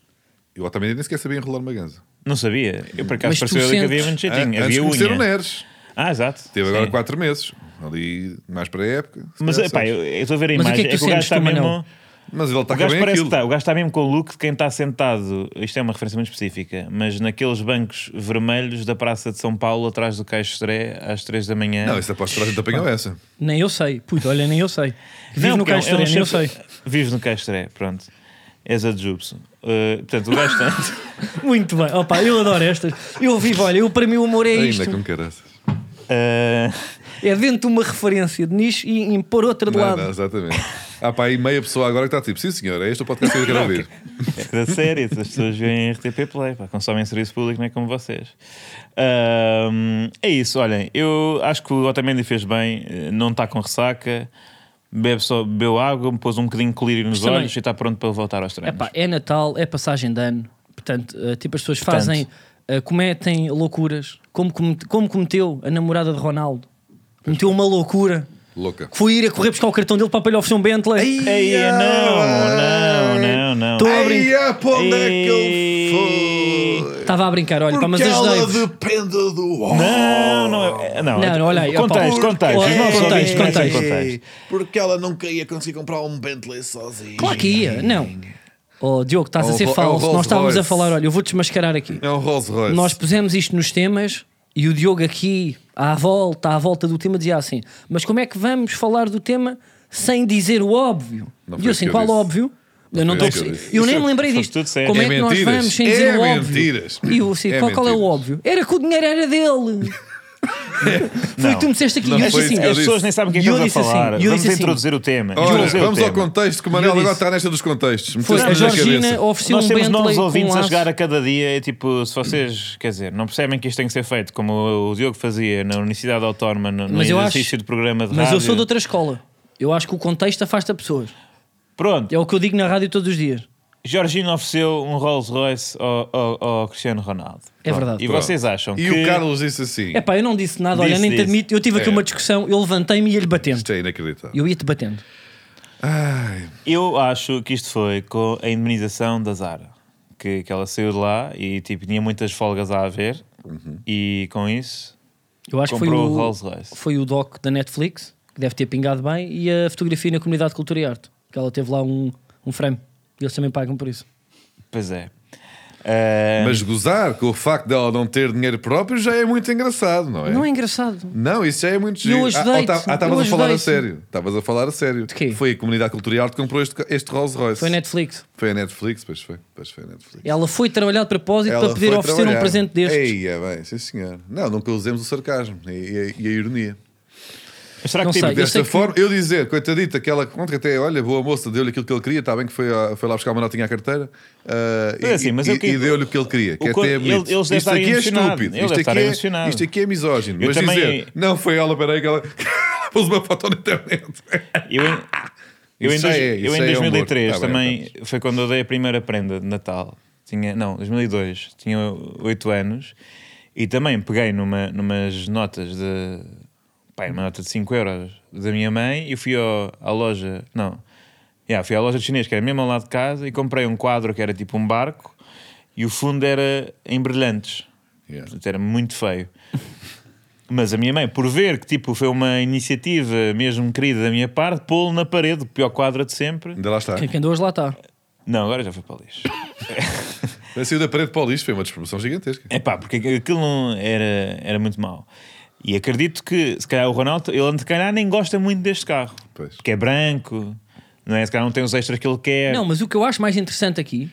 B: Eu também nem sequer sabia enrolar uma ganza.
C: Não sabia. Eu por acaso
A: Mas tu
C: pareceu ali que
A: sentes-
C: havia muito
B: Ah,
C: jeitinho.
B: antes de
C: havia
B: conhecer o
C: unha.
B: Neres.
C: Ah, exato.
B: Teve agora
C: Sim.
B: 4 meses. Ali, mais para a época. se
C: Mas
B: calhar,
C: epá,
B: sabes.
C: eu eu estou a ver a
A: Mas o que é
C: imagem.
A: que tu
C: é que o gajo
A: sentes,
C: está
A: tu, Manel?
C: mesmo.
B: Mas ele está
C: O
B: com
C: gajo,
B: bem
C: parece que
B: aquilo.
C: está, o gajo está mesmo com o look de quem está sentado, isto é uma referência muito específica, mas naqueles bancos vermelhos da Praça de São Paulo, atrás do Caixo Estré, às 3 da manhã.
B: Não, isso aposto que toda a gente apanhou essa.
A: Nem eu sei, puto, olha, nem eu sei. Vivo
C: Não,
A: no
C: porque é um-
A: Caixa
C: é um
A: Toré, nem eu sei.
C: chefe- Vives no Caixo Estré, pronto. És a de Jubso. Uh, portanto, o gajo está.
A: Muito bem, opa, eu adoro estas. Eu vivo, olha, eu, para mim o humor é
B: Ainda
A: isto.
B: com caraças.
C: Uh,
A: É dentro de uma referência de nicho e impor outra de
B: Não, é não,
A: lado.
B: exatamente. Há para aí meia pessoa agora que está tipo, sim senhor, é este o podcast que eu quero ouvir.
C: da série, as pessoas veem RTP Play, pá, consomem serviço público, não é como vocês. Ahm, é isso, olhem, eu acho que o Otamendi fez bem, eh, não está com ressaca, bebe só, bebeu água, pôs um bocadinho de colírio nos
A: Mas também-
C: olhos e está pronto para voltar aos treinos.
A: Epá, é Natal, é passagem de ano. Portanto, eh, tipo, as pessoas fazem, eh, cometem loucuras, como, comete- como cometeu a namorada de Ronaldo. Cometeu uma loucura.
B: Louca.
A: que foi ir a correr buscar o cartão dele para para lhe oferecer um Bentley.
C: Ei, é não, não, não, não.
A: Tô-
B: Ai, ah, para onde é que
C: Ei.
B: eu fui?
A: Estava a brincar, olha, pá, mas
B: Porque ela
A: ajudei.
B: depende do homem.
C: Não, não, é- não,
A: Não, não, olha aí,
C: contexto,
A: opa.
C: contexto, os nossos
A: Contexto,
C: ouvintes conhecem
A: contexto.
C: contexto.
D: Porque ela nunca ia conseguir comprar um Bentley sozinha.
A: Claro que ia, não. Oh, Diogo, estás
B: É
A: a
B: o
A: ser
B: Ro- é o
A: falso. Nós
B: Rolls
A: estávamos a
B: Royce.
A: falar, olha, eu vou desmascarar aqui.
B: É um Rolls Royce.
A: Nós pusemos isto nos temas e o Diogo aqui, à volta, à volta do tema, dizia assim: Mas como é que vamos falar do tema sem dizer o óbvio?
B: Não
A: E
B: foi
A: eu
B: isso
A: assim,
B: que eu
A: qual
B: disse.
A: óbvio? eu, não
B: foi
A: tô
B: isso que eu
A: perce-
B: disse.
A: eu nem me lembrei
C: Foi
A: disto.
C: tudo certo.
A: Como é,
B: É
A: que nós
B: mentiras.
A: vamos sem
B: É
A: dizer o óbvio?
B: mentiras.
A: E eu assim,
B: É
A: qual, qual é o
B: mentiras.
A: óbvio? Era que o dinheiro era dele. Foi o que tu me disseste aqui.
B: Não
A: e eu
B: foi
A: disse
B: isso que
A: assim.
B: eu
C: As pessoas nem sabem o que é que
A: E eu
C: estamos a
A: disse assim,
C: falar.
A: e eu
C: Vamos
A: disse assim,
C: introduzir o tema.
B: Olha,
C: introduzir o
B: vamos ao
C: tema.
B: contexto, que o Manel
A: Eu
B: agora
A: disse-
B: está nesta dos contextos.
A: Foi,
B: Meteste-me
A: a
B: na
A: Georgina
B: cabeça.
A: ofereceu
C: Nós
A: um
C: temos novos
A: Bentley com
C: ouvintes
A: um
C: a
A: aço.
C: chegar a cada dia. É tipo, se vocês, quer dizer, não percebem que isto tem que ser feito como o Diogo fazia na Universidade Autónoma, no, no
A: Mas eu acho-
C: exercício de programa de
A: Mas
C: rádio.
A: eu sou de outra escola. Eu acho que o contexto afasta pessoas.
C: Pronto,
A: É o que eu digo na rádio todos os dias.
C: Georgina ofereceu um Rolls Royce ao, ao- ao Cristiano Ronaldo.
A: É
C: Pronto.
A: verdade.
C: E
B: Pronto.
C: vocês acham
B: E
C: que.
B: o Carlos disse assim:
A: É pá, eu não disse nada, olha,
C: Disse,
A: nem te
C: disse.
A: admito. Eu tive aqui
B: É.
A: uma discussão, eu levantei-me e ia-lhe batendo.
B: Isto é inacreditável.
A: Eu ia-te batendo.
B: Ai,
C: Eu acho que isto foi com a indemnização da Zara. Que, que ela saiu de lá e tipo, tinha muitas folgas a haver.
A: Uhum.
C: E com isso,
A: Eu acho
C: Comprou
A: que
C: o
A: foi o,
C: Rolls Royce.
A: foi o doc da Netflix, que deve ter pingado bem, e a fotografia na comunidade de cultura e arte, que ela teve lá um, um frame. E eles também pagam por isso.
C: pois é.
A: É.
C: Ah,
B: mas gozar com o facto dela não ter dinheiro próprio já é muito engraçado, não é?
A: Não é engraçado.
B: Não, isso já é muito
A: Eu
B: giro.
A: ajudei-te,
B: ah, estavas
A: eu
B: a falar a
A: ajudei-te.
B: sério. Estavas a falar a sério.
A: De quê?
B: Foi a comunidade cultural que comprou este, este Rolls Royce.
A: Foi a Netflix.
B: Foi a Netflix, pois foi. Pois foi a Netflix.
A: Ela foi trabalhar de propósito
B: Ela
A: para poder
B: foi
A: oferecer
B: trabalhar.
A: um presente destes.
B: Ei, é bem, sim senhor. Não, nunca usemos o sarcasmo e, e- e a ironia.
C: mas será que
A: não
C: tipo,
A: sei. Eu sei
B: Desta
A: que-
B: forma, eu dizer, coitadita, aquela conta que até, olha, boa moça, deu-lhe aquilo que ele queria, está bem que foi, a- foi lá buscar uma notinha à carteira ah,
C: Mas
B: e-
C: assim, mas
B: e,
C: eu que-
B: e deu-lhe o que ele queria. Que
C: o co-
B: até é
C: ele-
B: bonito.
C: eles devem
B: isto
C: estar
B: aqui é
C: emocionado.
B: estúpido,
C: Ele
B: isto
C: deve
B: aqui
C: estar
B: é,
C: emocionado.
B: isto aqui é misógino.
C: Eu
B: mas
C: também-
B: dizer, não foi ela, peraí, que ela pôs uma foto na internet.
C: Eu em, eu em,
B: Isso
C: dois-
B: é-
C: eu
B: isso
C: em
B: é humor.
C: 2003
B: Tá bem,
C: também foi quando eu dei a primeira prenda de Natal. Tinha, não, 2002. Tinha 8 anos. E também peguei numa, numas notas de. Pá, uma nota de 5 euros da minha mãe e fui ao- à loja. Não. Yeah, fui à loja de chinês que era mesmo ao lado de casa e comprei um quadro que era tipo um barco e o fundo era em brilhantes.
B: Yeah.
C: Portanto, era muito feio. Mas a minha mãe, por ver que tipo, foi uma iniciativa mesmo querida da minha parte, pô-lo na parede, o pior quadro de sempre.
B: Ainda lá está.
A: Quem, quem de hoje lá está.
C: Não, agora já foi para o lixo.
B: Saiu da parede para o lixo, foi uma despromoção gigantesca.
C: É pá, porque aquilo não era, era muito mau. E acredito que, se calhar, o Ronaldo, ele, se calhar, nem gosta muito deste carro.
B: Pois.
C: Porque é branco, não é? Se calhar não tem os extras que ele quer.
A: Não, mas o que eu acho mais interessante aqui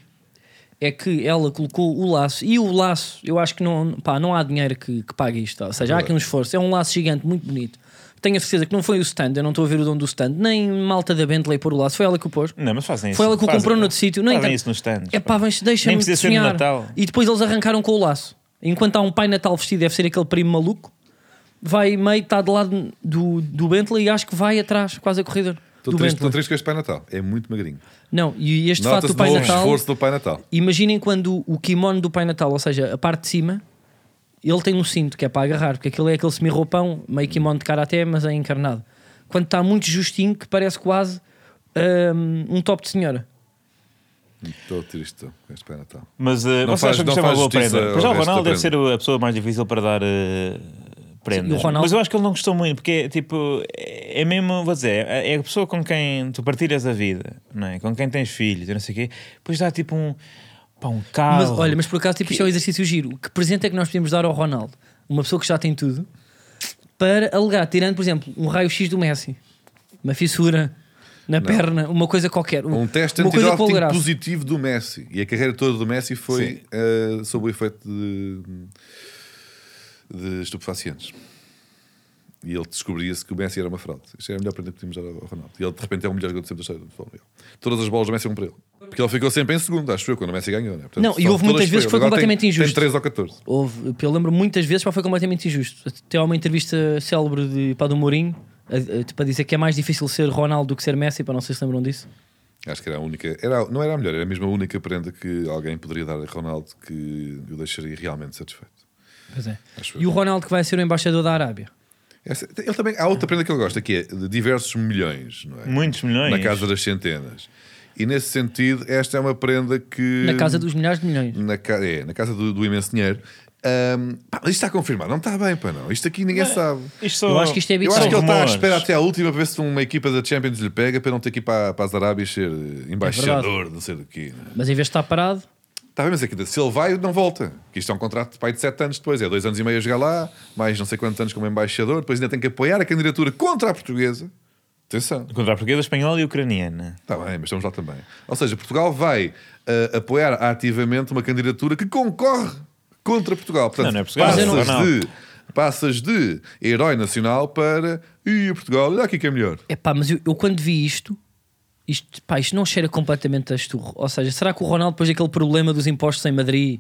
A: é que ela colocou o laço e o laço, eu acho que não, pá, não há dinheiro que, que pague isto. Ou seja, há aqui um esforço. É um laço gigante, muito bonito. Tenho a certeza que não foi o stand, eu não estou a ver o dono do stand, nem malta da Bentley pôr o laço, foi ela que o pôs.
C: Não, mas fazem isso.
A: Foi ela que o
C: fazem-
A: comprou noutro sítio. Não
C: Fazem
A: entendo.
C: isso nos stands.
A: É pá, mas deixa-me
C: Nem precisa ser no
A: sonhar.
C: Natal.
A: E depois eles arrancaram com o laço. Enquanto há um pai Natal vestido, deve ser aquele primo maluco, vai meio, está do lado do, do Bentley e acho que vai atrás, quase a corrida.
B: Estou
A: do
B: triste, estou
A: Bentley.
B: triste com este Pai Natal. É muito magrinho.
A: Não, e este fato
B: Nota-se
A: do
B: do
A: pai
B: novo
A: Natal.
B: esforço do Pai Natal.
A: Imaginem quando o kimono do Pai Natal, ou seja, a parte de cima, ele tem um cinto que é para agarrar, porque aquilo é aquele semi-roupão, meio kimono de karaté, mas é encarnado. Quando está muito justinho, que parece quase hum, um top de senhora.
B: Estou triste estou, com este Pai Natal.
C: Mas eh,
B: Não
C: vocês
B: faz-
C: acham que
B: não
C: isto é uma
B: faz
C: boa
B: justiça
C: prenda?
B: ao
C: Mas já o
B: resto da
C: Ronaldo deve ser
B: prenda.
C: a pessoa mais difícil para dar eh,
A: Sim,
C: prendas.
A: o Ronaldo-
C: Mas eu acho que ele não gostou muito, porque tipo, é é mesmo, vou dizer, é é a pessoa com quem tu partilhas a vida, não é? com quem tens filhos, e não sei o quê, depois dá tipo um, pá, um
B: Ah,
C: carro.
B: oh.
A: Mas olha, mas por acaso, tipo, isto é um exercício giro. Que presente é que nós podemos dar ao Ronaldo? Uma pessoa que já tem tudo, para alegar, tirando, por exemplo, um raio-x do Messi, uma fissura na perna, uma coisa qualquer.
B: Um teste
A: uma coisa com o
B: antibiótico
A: graço.
B: positivo do Messi. E a carreira toda do Messi foi eh, sob o efeito de, de estupefacientes. E ele descobria-se que o Messi era uma fraude. Isto era a melhor prenda que podíamos dar ao Ronaldo. E ele, de repente, é o melhor jogador de sempre da história do futebol. mundial. Todas as bolas do Messi eram para ele. Porque ele ficou sempre em segundo, acho eu, quando o Messi ganhou. Né? Portanto,
A: Não, e
B: só
A: houve
B: todas
A: muitas vezes que foi
B: para ele. Agora
A: completamente
B: tem,
A: injusto.
B: Tem 13 ou 14.
A: Houve, eu lembro muitas vezes, pá, foi completamente injusto. Até há uma entrevista célebre de, pá, do Mourinho a, a, tipo, a dizer que é mais difícil ser Ronaldo do que ser Messi, para não sei se lembram disso.
B: Acho que era a única. Era, não era a melhor, era mesmo a única prenda que alguém poderia dar a Ronaldo que o deixaria realmente satisfeito.
A: Pois é.
B: Acho
A: E o Ronaldo que vai ser o embaixador da Arábia.
B: Essa- ele também, há outra prenda que ele gosta, que é de diversos milhões, não é?
C: Muitos milhões.
B: Na casa das centenas. E nesse sentido, esta é uma prenda que.
A: Na casa dos milhares de milhões.
B: Na, ca- é, na casa do, do imenso dinheiro. Ahm, pá, isto está confirmado, não está bem, pá, não. Isto aqui ninguém sabe.
C: Isto só-
A: é. Eu acho que isto é
B: Eu
A: habitual.
B: acho que ele está à
C: rumores.
B: espera até à última para ver se uma equipa da Champions lhe pega para não ter que ir para, para as Arábias
A: É
B: ser eh, embaixador, não sei do quê. não é?
A: Mas em vez de estar parado,
B: Está bem, mas é que se ele vai, não volta. Que isto é um contrato de pai de 7 anos depois. É dois anos e meio a jogar lá, mais não sei quantos anos como embaixador. Depois ainda tem que apoiar a candidatura contra a portuguesa. Atenção.
C: Contra a portuguesa, espanhola e ucraniana.
B: Está bem, mas estamos lá também. Ou seja, Portugal vai ah, apoiar ativamente uma candidatura que concorre contra Portugal. Portanto,
C: Não, não é Portugal,
B: passas
C: não, não.
B: de Passas de herói nacional para. Ih, Portugal, olha aqui que é melhor.
A: É pá, mas eu, eu quando vi isto, isto, pá, isto não cheira completamente a esturro. Ou seja, será que o Ronaldo, depois daquele problema dos impostos em Madrid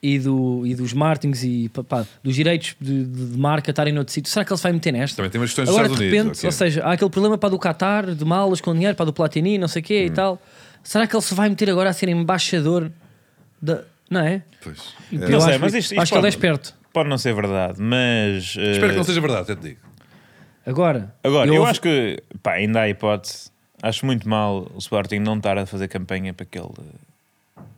A: e, do, e dos martings e pá, pá, dos direitos de, de- de marca estarem noutro sítio, será que ele se vai meter nesta?
B: Também tem umas questões dos
A: Agora, de
B: Estados
A: repente,
B: Unidos, ok.
A: ou seja, há aquele problema para do Qatar, de malas com dinheiro, para do Platini, não sei o quê
B: Hum.
A: e tal. Será que ele se vai meter agora a ser embaixador da. Não é?
B: Pois.
A: Eu
C: sei,
A: acho,
C: mas isto- isto
A: acho que ele é
C: pode-
A: esperto.
C: Pode não ser verdade, mas. eh,
B: Espero que não seja verdade, até te digo.
A: Agora,
C: Agora, eu,
A: ouvi-
C: acho que pá, ainda há hipótese. Acho muito mal o Sporting não estar a fazer campanha para que ele,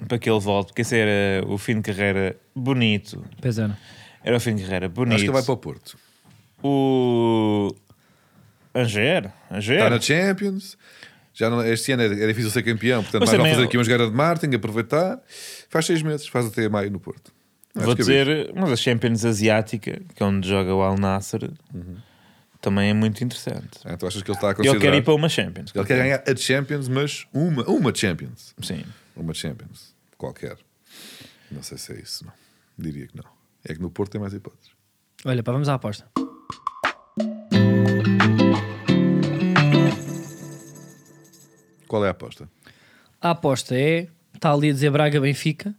C: para que ele volte, porque esse era o fim de carreira bonito.
A: Pois era.
C: Era o fim de carreira bonito.
B: Acho que ele vai para o Porto.
C: O. Anger, Anger.
B: Está Tá na Champions. Já não- este ano é, é difícil ser campeão, portanto,
C: Mas
B: mas vale
C: também-
B: fazer aqui uma jogada de marketing, aproveitar. Faz seis meses, faz até maio no Porto. Acho
C: Vou
B: que é
C: dizer, mas a Champions Asiática, que é onde joga o Al Nasser, também é muito interessante.
B: Ah, tu achas que ele está a
C: Eu
B: Uhum. considerar?
C: quero ir para uma Champions.
B: Ele quer ganhar a Champions, mas uma, uma Champions.
C: Sim.
B: Uma Champions. Qualquer. Não sei se é isso, não. Diria que não. É que no Porto tem mais hipóteses.
A: Olha, pá, vamos à aposta.
B: Qual é a aposta?
A: A aposta é. Está ali a dizer Braga Benfica.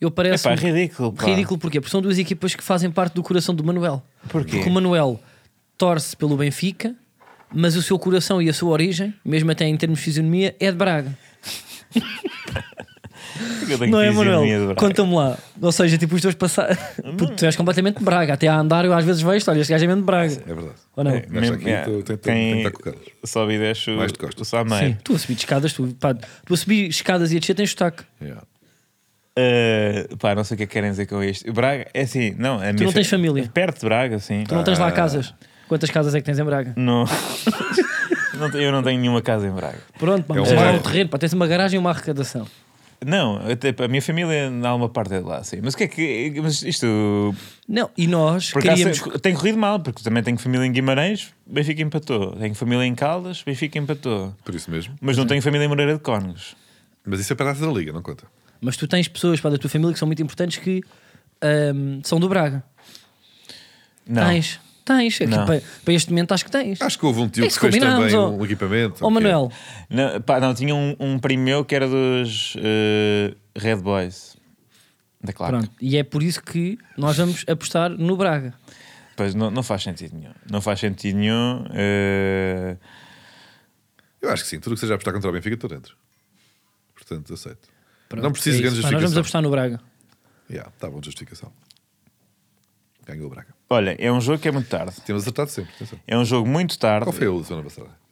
A: Eu
C: É
A: parece.
C: pá, ridículo. Pá.
A: Ridículo porquê? Porque são duas equipas que fazem parte do coração do Manuel.
C: Porquê?
A: Porque o Manuel torce pelo Benfica, mas o seu coração e a sua origem, mesmo até em termos de fisionomia, é de Braga.
C: Eu tenho
A: não é,
C: fisionomia de
A: Manuel?
C: braço.
A: Conta-me lá. Ou seja, tipo, os teus passados. tu és completamente de Braga. Até a andar, eu às vezes vejo, olha, este gajo é mesmo de Braga.
B: É verdade.
A: Ou não?
B: Mas
C: Mesmo-
B: aqui
C: é,
B: tu- tem- tem-
C: quem
B: tem que estar com o Carlos.
C: Sobe e desce o,
B: Mais de costas.
C: o Sameiro.
A: Sim. Tu a subir de escadas, tu, pá, tu a subir escadas e a descer tens sotaque.
B: Yeah.
C: Uh, pá, não sei o que é que querem dizer com isto. Braga, é assim, não. A tu
A: não tens família.
C: Perto de Braga, sim.
A: Tu não tens lá casas. Quantas casas é que tens em Braga?
C: Não- não te- eu não tenho nenhuma casa em Braga.
A: Pronto, pá,
B: É
A: mas
B: um
A: tens lá
B: bairro.
A: um terreno, pá, tens uma garagem e uma arrecadação.
C: Não, até, pá, a minha família, em alguma parte é de lá, sim. Mas o que é que. Mas isto.
A: Não, e nós
C: Por acaso, é-
A: queríamos.
C: tem corrido mal, porque também tenho família em Guimarães, Benfica empatou. Tenho família em Caldas, Benfica empatou.
B: Por isso mesmo.
C: Mas não tenho família em Moreira de Cónegos.
B: Mas isso é para a da Liga, não conta.
A: Mas tu tens pessoas pá, da tua família que são muito importantes que ahm, são do Braga.
C: Não.
A: Tens, tens. Aqui,
C: Não.
A: Para, para este momento acho que tens.
B: Acho que houve um
C: É
B: tio
A: Isso
B: que fez
A: combinámos,
B: também
A: ó.
B: um equipamento.
A: Ó
B: ok.
A: Manuel,
C: Não, pá, não, tinha um, um primo meu que era dos eh, Red Boys. Da Claque.
A: pronto. E é por isso que nós vamos apostar no Braga.
C: Pois não, não faz sentido nenhum. Não faz sentido nenhum. eh,
B: Eu acho que sim. Tudo o que seja apostar contra o Benfica, estou dentro. Portanto, aceito.
A: Pronto,
B: não preciso
A: é
B: de grande
A: isso. Pá, Nós vamos
B: justificação.
A: apostar no Braga.
B: Yeah, tá bom, justificação. Ganhou o Braga.
C: olha, é um jogo que é muito tarde.
B: Temos acertado sempre. atenção.
C: É um jogo muito tarde.
B: Qual foi a última semana passada?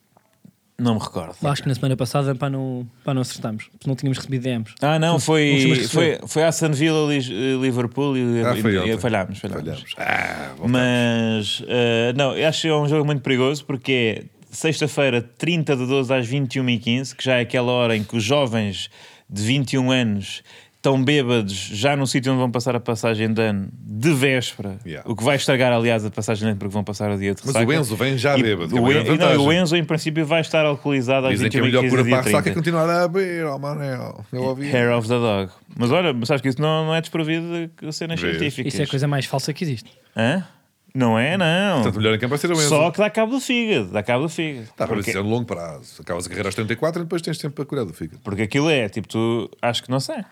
C: Não me recordo.
A: Acho que na semana passada para não, pá, não acertarmos, porque não tínhamos recebido DMs.
C: Ah, não,
A: costumas
C: foi, foi,
A: receber.
C: foi a San Villa Lis- Liverpool e,
B: Ah, foi
C: e-
B: ontem.
C: e falhámos. falhámos.
B: Falhamos. Ah, bom.
C: Mas eh, não, eu acho que é um jogo muito perigoso porque é sexta-feira, 30 de 12 às 21h15, que já é aquela hora em que os jovens de 21 anos estão bêbados já no sítio onde vão passar a passagem de ano de véspera,
B: Yeah.
C: o que vai estragar, aliás, a passagem de ano porque vão passar o dia de
B: Mas
C: ressaca.
B: o Enzo vem já
C: E
B: bêbado, que é
C: O,
B: uma
C: En-
B: grande
C: e não, e o
B: vantagem.
C: Enzo, em princípio, vai estar alcoolizado às
B: Dizem que a melhor
C: 21h15
B: cura
C: e
B: para
C: dia
B: a ressaca é
C: 30.
B: continuar a beber, oh Manuel. Eu ouvi.
C: Hair of the dog. Mas olha, sabes que isso não, não é desprovido de cenas
B: Vês.
C: científicas.
A: Isso é a coisa mais falsa que existe.
C: Hã? Não é, não.
B: Portanto, o melhor em campo vai ser o Enzo.
C: Só que dá cabo do fígado, dá cabo do fígado.
B: Tá, para
C: porque,
B: isso é de longo prazo. Acabas a carreira aos 34 e depois tens tempo para curar do fígado.
C: porque aquilo é, tipo, tu acho que não sei.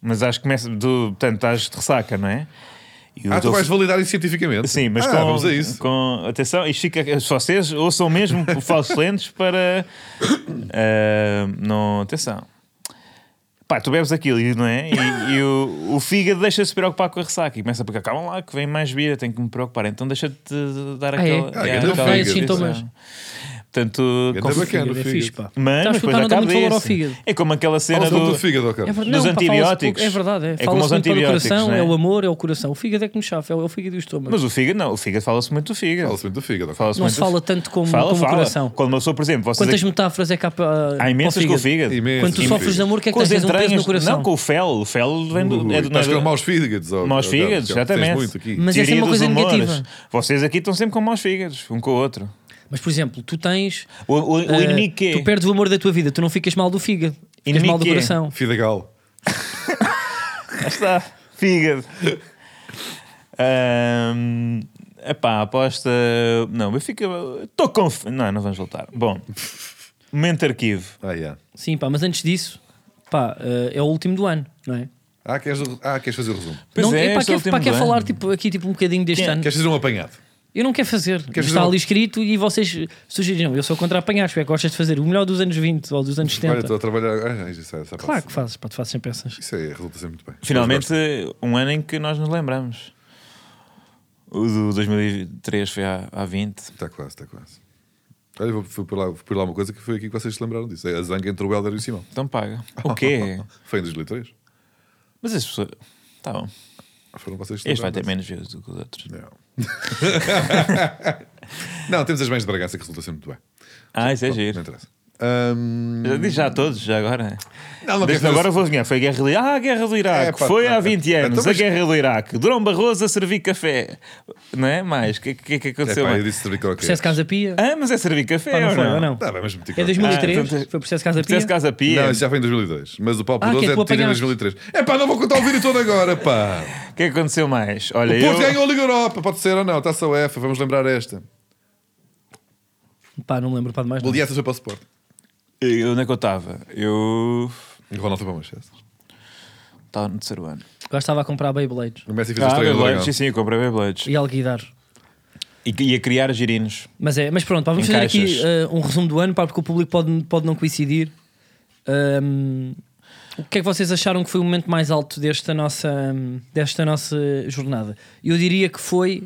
C: Mas acho que começa, tu, portanto, estás de ressaca, não é? E o
B: Ah,
C: teu
B: tu vais
C: fi-
B: validar isso cientificamente.
C: Sim, mas
B: ah,
C: com,
B: vamos a isso.
C: com atenção, isto fica, se vocês ouçam mesmo por falsos lentes para. ah, não, atenção. Pá, tu bebes aquilo, não é? E, e o, o fígado deixa-se preocupar com a ressaca e começa a ficar, calma lá, que vem mais bira, tenho que me preocupar. Então deixa-te dar
A: Ah, é?
C: aquela.
A: Ah,
C: é,
B: grande
C: aquela
B: fígado,
A: sintomas.
C: atenção. Portanto,
B: Grande
C: com-
B: bacana,
A: Fígado,
B: o
A: é
B: fígado.
A: fixe, pá.
C: mas
A: Sabes que o
C: depois dá
A: Manuel dá
C: cabo
A: muito valor ao
C: desse.
A: fígado.
C: É como aquela cena
B: Fala-se
C: do,
B: muito do fígado, ó
A: É
B: Carlos.
A: verdade,
C: Dos
A: não, pá, fala-se
C: antibióticos.
A: pouco. É verdade, é, fala-se
C: É como os
A: muito pelo
C: antibióticos,
A: coração,
C: não é?
A: é o amor, é o coração. O fígado é que nos chave, é o fígado e o estômago.
C: Mas o fígado, não, o fígado fala-se muito do fígado.
B: Fala-se muito do fígado. ó Carlos.
C: Fala-se
A: Não
C: muito
A: se
C: do-
A: fala tanto como-
C: fala,
A: como o
C: fala.
A: coração.
C: Quando uma pessoa, por exemplo, vocês
A: Quantas
C: aqui-
A: metáforas é que há para.
C: há imensas com o fígado.
B: Imensas.
A: Quando tu
B: Sim,
A: sofres
B: fígado.
A: de amor, o que é que
C: Com as
A: tens tens peso
C: entranhas,
A: no coração?
C: Não, com o fel. O fel vem do.
B: Ui,
C: é do
B: Estás
C: não é
B: com
C: do-
B: maus fígados. ó,
C: Maus
B: ó, Carlos,
C: fígados,
B: Carlos,
C: exatamente.
B: Tens muito aqui.
A: Mas essa é
C: Teoria
A: uma
C: dos
A: coisa
C: humores.
A: negativa.
C: Vocês aqui estão sempre com maus fígados, um com o outro.
A: Mas, por exemplo, tu tens.
C: O, o, o
A: ah,
C: inimigo que é.
A: Tu perdes o amor da tua vida, tu não ficas mal do fígado, ficas
C: Inimigo
A: mal do
C: que é.
A: coração.
B: Fidagal.
C: Lá está, fígado. Ahm, Epá, aposta. Não, Benfica. Estou confiante. Não, não vamos voltar. Bom, momento arquivo.
B: Ah, yeah.
A: Sim, pá, mas antes disso, pá, eh, é o último do ano, não é?
B: ah, queres, ah, queres fazer o resumo?
A: não, é, pá,
C: este
A: quer,
C: o
A: pá,
C: último
A: quer
C: do
A: falar
C: ano.
A: tipo, aqui tipo, um bocadinho deste
C: Quem- é
A: ano.
B: Queres fazer um apanhado?
A: Eu não quero fazer.
B: fazer
A: Está
B: um-
A: ali escrito e vocês sugeriram. Eu sou contra apanhar, acho que é que gostas de fazer o melhor dos anos 20 ou dos anos
B: Olha,
A: 70.
B: estou a trabalhar. Ah, isso, é- isso, é-
A: Claro que fazes, pá, tu fazes sempre essas.
B: isso é, resulta sempre muito bem.
C: Finalmente, um ano em que nós nos lembramos. O do 2003 foi há, há 20.
B: Está quase, está quase. Olha, vou, fui, por lá, fui por lá uma coisa que foi aqui que vocês se lembraram disso. É a zanga entre o Helder e o Simão.
C: Então paga. O quê?
B: Foi em 2003.
C: Mas as pessoas. Tá bom.
B: Ah, Foram vocês que se
C: Este vai ter
B: lembraram
C: menos views do que os outros.
B: disso. Não. Não, temos as mães de Bragança que resulta sempre muito bem.
C: Ah, isso é
B: Pronto, Não
C: giro.
B: interessa. Ahm,
C: Já Diz já a todos, já agora.
B: Não, não queres
C: Desde
B: fazer-
C: agora vou ganhar. Foi a guerra do Iraque. Ah, a guerra do Iraque.
B: É, pá,
C: Foi
B: pá,
C: há 20
B: pá.
C: anos.
B: Então,
C: a
B: mas-
C: guerrosa guerra do Iraque. Durão Barroso a servir café. Não é mais? O que, que, que
B: É
C: aconteceu
B: pá, eu
C: mais?
B: disse servir qualquer.
A: Processo Casa Pia.
C: Ah, mas é servir café
A: Pá, não
C: ou
A: foi, ou
C: não?
A: não?
B: Tá bem, mas meti
A: É
B: qualquer.
A: 2003,
C: Ah, então-
A: foi processo Casa Pia.
C: Processo Casa Pia.
B: Não, isso já foi em 2002. Mas o Paulo
A: Ah,
B: Pedroso
A: que é
B: é
A: que tu
B: de em
A: apanhaste?
B: 2003. É pá, não vou contar o vídeo todo agora, pá.
C: O que é que aconteceu mais? Olha,
B: O Porto
C: eu...
B: ganhou a Liga Europa, pode ser ou não. Taça UEFA, vamos lembrar esta.
A: Pá, não me lembro para demais. não.
B: Goleadas foi para o Sport.
C: E Onde é que eu estava? Eu
B: E o Ronaldo foi para o Manchester.
C: estava no terceiro ano.
A: Agora estava a comprar Beyblades
B: O Messi fez a
C: Ah,
B: estreia do
C: Beyblades, sim,
B: Dragão.
C: sim, eu comprei Beyblades.
A: e alguidar.
C: E, e a criar girinos.
A: Mas é, mas pronto, pá, vamos
C: Em
A: fazer aqui
C: caixas.
A: eh, um resumo do ano, pá, porque o público pode, pode não coincidir. Ahm, o que é que vocês acharam que foi o momento mais alto desta nossa, desta nossa jornada? Eu diria que foi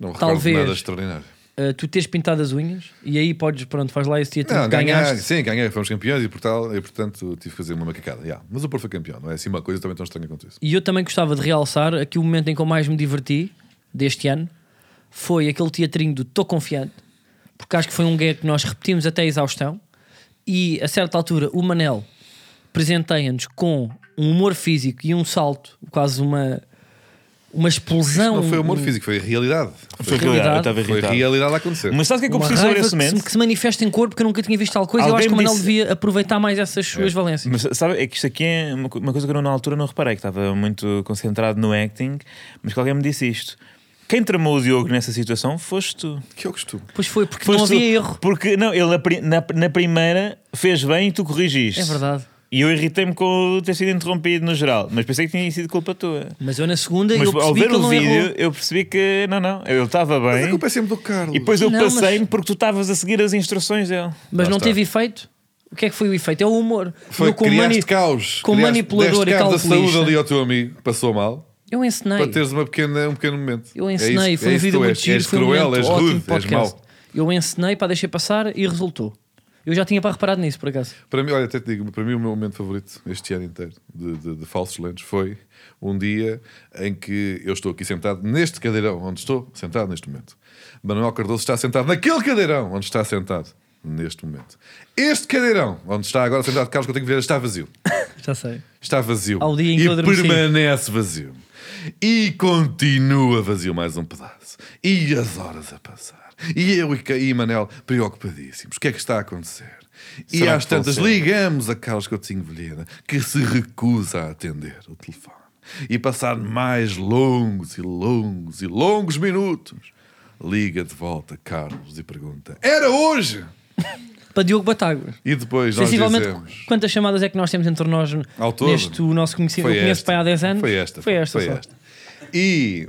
B: Não recordo
A: Talvez.
B: nada extraordinário.
A: eh, tu teres pintado as unhas e aí podes, pronto, faz lá esse dia
B: Não,
A: que ganhaste.
B: ganhei, sim, ganhei, fomos campeões e, por tal, e portanto tive que fazer uma macacada. yeah. Mas o Porto foi campeão, não é assim uma coisa também tão estranha quanto isso.
A: E eu também gostava de realçar aqui o momento em que eu mais me diverti deste ano foi aquele teatrinho do Tô Confiante, porque acho que foi um gag que nós repetimos até a exaustão. E a certa altura o Manel presenteia-nos com um humor físico e um salto, quase uma, uma explosão.
B: Não, foi humor
A: um-
B: físico, foi realidade.
C: Foi
A: Realidade.
C: realidade, eu estava
B: Foi
C: irritado.
B: realidade a acontecer.
C: Mas sabes o que é que eu
A: uma
C: preciso sobre
A: raiva
C: esse
A: que, se,
C: momento?
A: que se manifesta em corpo que eu nunca tinha visto tal coisa. eu
C: Alguém
A: acho que o
C: me
A: Manel
C: disse-
A: devia aproveitar mais essas suas valências.
C: Mas sabe, é que isto aqui é uma, co- uma coisa que eu na altura não reparei, que estava muito concentrado no acting, mas que alguém me disse isto. Quem tramou o Diogo nessa situação foste tu.
B: Que é eu costumo.
A: Pois foi, porque
C: Foste
A: não
C: tu.
A: havia erro.
C: Porque, não, ele na pri- na, na primeira fez bem e tu corrigiste.
A: É verdade.
C: E eu irritei-me com ter sido interrompido no geral, mas pensei que tinha sido culpa tua.
A: Mas eu na segunda
C: Mas
A: eu
C: ao
A: percebi
C: ver
A: que ele
C: o
A: não errou.
C: vídeo, eu percebi que não, não, ele estava
B: Mas a
C: bem.
B: culpa é sempre do Carlos.
C: E depois eu
A: Não, mas-
C: passei-me porque tu estavas a seguir as instruções dele.
A: Mas
B: Lá
A: não
B: está.
A: teve efeito? O que é que foi o efeito? É o humor.
B: Foi
A: eu com
B: criaste
A: mani-
B: caos.
A: com
B: criaste,
A: manipulador
B: deste
A: e
B: caos da
A: calculista.
B: saúde ali ao teu amigo, passou mal,
A: Eu ensinei.
B: para teres uma pequena, um pequeno momento.
A: Eu
B: É isso-
A: ensinei. foi
B: é
A: um
B: isso que
A: vídeo
B: tu
A: muito
B: és.
A: giro.
B: És
A: foi um
B: cruel,
A: momento
B: és
A: ótimo
B: rude, és
A: podcast.
B: mau.
A: Eu ensinei para deixei passar e resultou. Eu já tinha para reparado nisso, por acaso.
B: Para mim, olha, até te digo, para mim o meu momento favorito este ano inteiro de, de- de falsos lentes foi um dia em que eu estou aqui sentado neste cadeirão onde estou, sentado neste momento. Manuel Cardoso está sentado naquele cadeirão onde está sentado neste momento. Este cadeirão onde está agora sentado Carlos Coutinho Vieira está vazio.
A: Já sei.
B: Está vazio.
A: Ao dia em que
B: e
A: eu adormeci.
B: permanece vazio. E continua vazio mais um pedaço. E as horas a passar. E eu e, Ca- e Manel preocupadíssimos. O que é que está a acontecer? E
C: Será
B: às
C: que
B: tantas
C: funciona?
B: ligamos a Carlos Coutinho Vilhena, que se recusa a atender o telefone. E passar mais longos e longos e longos minutos. Liga de volta Carlos e pergunta: Era hoje?
A: Para Diogo Batágua.
B: E depois nós
A: Sensivelmente,
B: dizemos.
A: quantas chamadas é que nós temos entre nós n-
B: Ao todo.
A: neste o nosso conhecido?
B: Foi
A: eu conheço
B: esta.
A: pai há 10 anos.
B: Foi esta.
A: Foi esta. só.
B: E,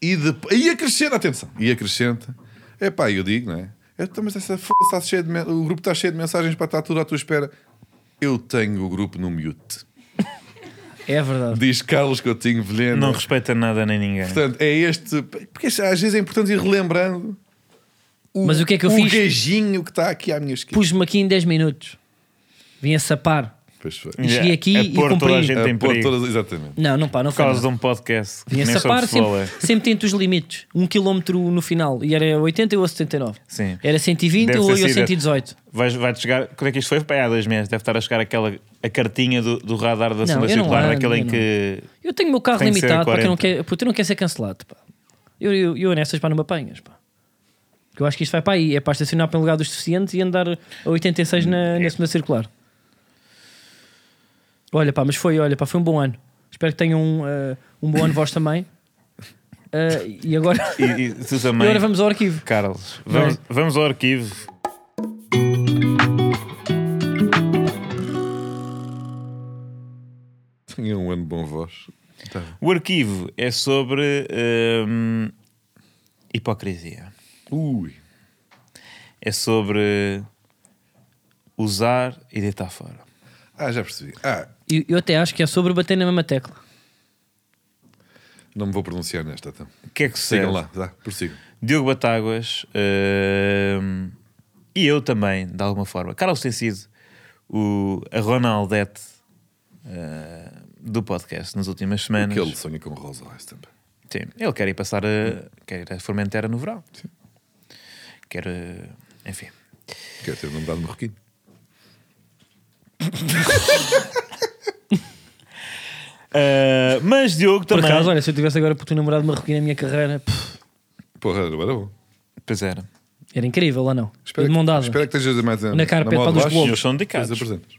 B: e, depois, e acrescenta, atenção, e acrescenta. É pá, eu digo, não é? Eu, "Então, mas essa f... está cheia de men- o grupo está cheio de mensagens para estar tudo à tua espera. Eu tenho o grupo no mute.
A: É verdade.
B: Diz Carlos Coutinho Vilhena.
C: Não respeita nada nem ninguém.
B: Portanto, é este. Porque às vezes é importante ir relembrando.
A: Mas o que é que eu
B: o
A: fiz?
B: gajinho que está aqui à minha esquerda.
A: Pus-me aqui em 10 minutos. Vim a sapar.
B: Pois foi.
A: E cheguei aqui
C: a
A: e
C: É pôr toda a
A: cumpri.
C: gente
B: A É
C: em
B: pôr
C: perigo.
B: todas- Exatamente.
A: Não, não pá, não
C: Por
A: foi.
C: causa
A: nada.
C: de um podcast que
A: Vinha
C: nem
A: sapar,
C: sabe se
A: sempre,
C: bola.
A: sempre tento os limites. Um quilómetro no final. E era 80 ou 79.
C: Sim.
A: Era 120
C: Deve
A: ou
C: ter
A: eu
C: sido.
A: 118.
C: Vais, vai chegar. Quando é que isto foi? Para há dois meses. Deve estar a chegar aquela a cartinha do, do radar da
A: eu
C: segunda
A: não
C: circular,
A: ando,
C: daquela
A: eu
C: em
A: não.
C: que.
A: Eu tenho o meu carro
C: Tem que ser
A: limitado, pá, que eu não
C: 40.
A: quero, porque eu não quero ser cancelado. Pá. Eu, eu, eu nessas pá, não me apanhas. Pá. Porque Eu acho que isto vai para aí. É para estacionar para um lugar dos deficientes e andar a 86
C: Hum, é.
A: na, na segunda circular. Olha, pá, mas foi, olha, pá, foi um bom ano. Espero que tenham um, eh, um bom ano vós também. Ah, e agora,
C: E, e tu
A: e
C: também.
A: agora vamos é? ao arquivo.
C: Carlos, vamos, vamos ao arquivo.
B: Tinha um ano de bom voz. Tá.
C: O arquivo é sobre hum, hipocrisia.
B: Ui.
C: É sobre usar e deitar fora.
B: Ah, já percebi. Ah,
A: Eu, eu até acho que é sobre bater na mesma tecla.
B: não me vou pronunciar nesta. Então.
C: O que é que se
B: Sigam lá, dá, prossigam.
C: Diogo Batáguas hum, e eu também, de alguma forma. Carlos tem sido o, a Ronaldete hum, do podcast nas últimas semanas.
B: Que ele sonha com Rosa Weistemp.
C: Sim, ele quer ir passar a, quer ir a Formentera no verão. Quer, eh, enfim.
B: Quer ter um namorado marroquino.
C: Eh, mas Diogo
A: Por
C: também.
A: acaso, olha, se eu tivesse agora por tu namorado marroquino na minha carreira, pff,
B: Porra, era bom.
C: Pois era.
A: era incrível ou não?
B: Espero,
A: de mão dada.
B: que, espero que estejas mais
A: Na carpete lá dos
C: Os
A: Globos.
C: senhores são
B: Eles
C: dedicados.
B: apresentas.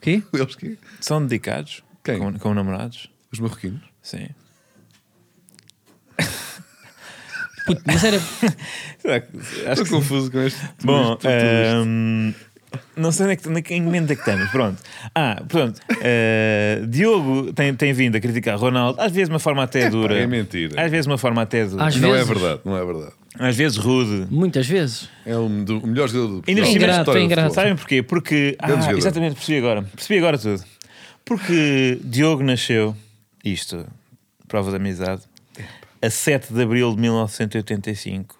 A: Quê?
B: Eles que?
C: São dedicados?
B: Quem?
C: Como, como namorados?
B: Os marroquinos.
C: Sim.
A: Puto, mas era.
C: Será que- Acho
B: Estou
C: que
B: confuso com este.
C: Bom,
B: tudo isto.
C: ehm, não sei onde é que, na, em que momento é que estamos. Pronto. Ah, pronto. Eh, Diogo tem, tem vindo a criticar Ronaldo, às vezes de uma forma até dura.
B: é mentira.
C: Às vezes de uma forma até dura.
A: Às
C: Às,
B: não
A: vezes-
B: é verdade, não é verdade.
C: vezes rude.
A: Muitas vezes.
B: É um do, o melhor jogador do
C: Ainda
B: Portugal.
C: por cima-
B: da história
A: É ingrato,
B: do futebol.
C: Sabem porquê? Porque. Ah,
B: Grande jogador.
C: exatamente, percebi agora. Percebi agora tudo. Porque Diogo nasceu, isto, prova de amizade, a 7 de abril de 1985.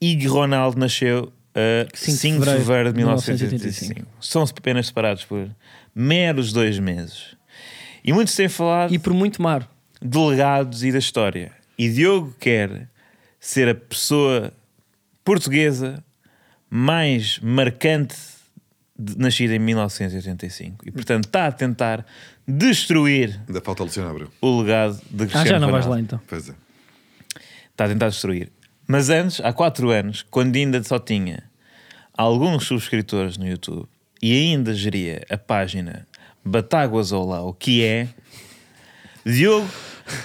C: E Ronaldo nasceu a 5 de fevereiro, de 1985.
A: 1985.
C: São apenas separados por meros dois meses. E muito sem falar
A: E por muito mar.
C: de legados e da história. E Diogo quer ser a pessoa portuguesa mais marcante de- nascida em 1985. E portanto está a tentar destruir
B: Ainda falta Luciano Abreu.
C: o legado de
A: Ah,
C: Cristiano
A: já não vais
C: Ronaldo.
A: lá então.
B: Pois é.
C: Está a tentar destruir. Mas antes, há 4 anos, quando ainda só tinha alguns subscritores no YouTube e ainda geria a página Batáguas Olá, o que é, Diogo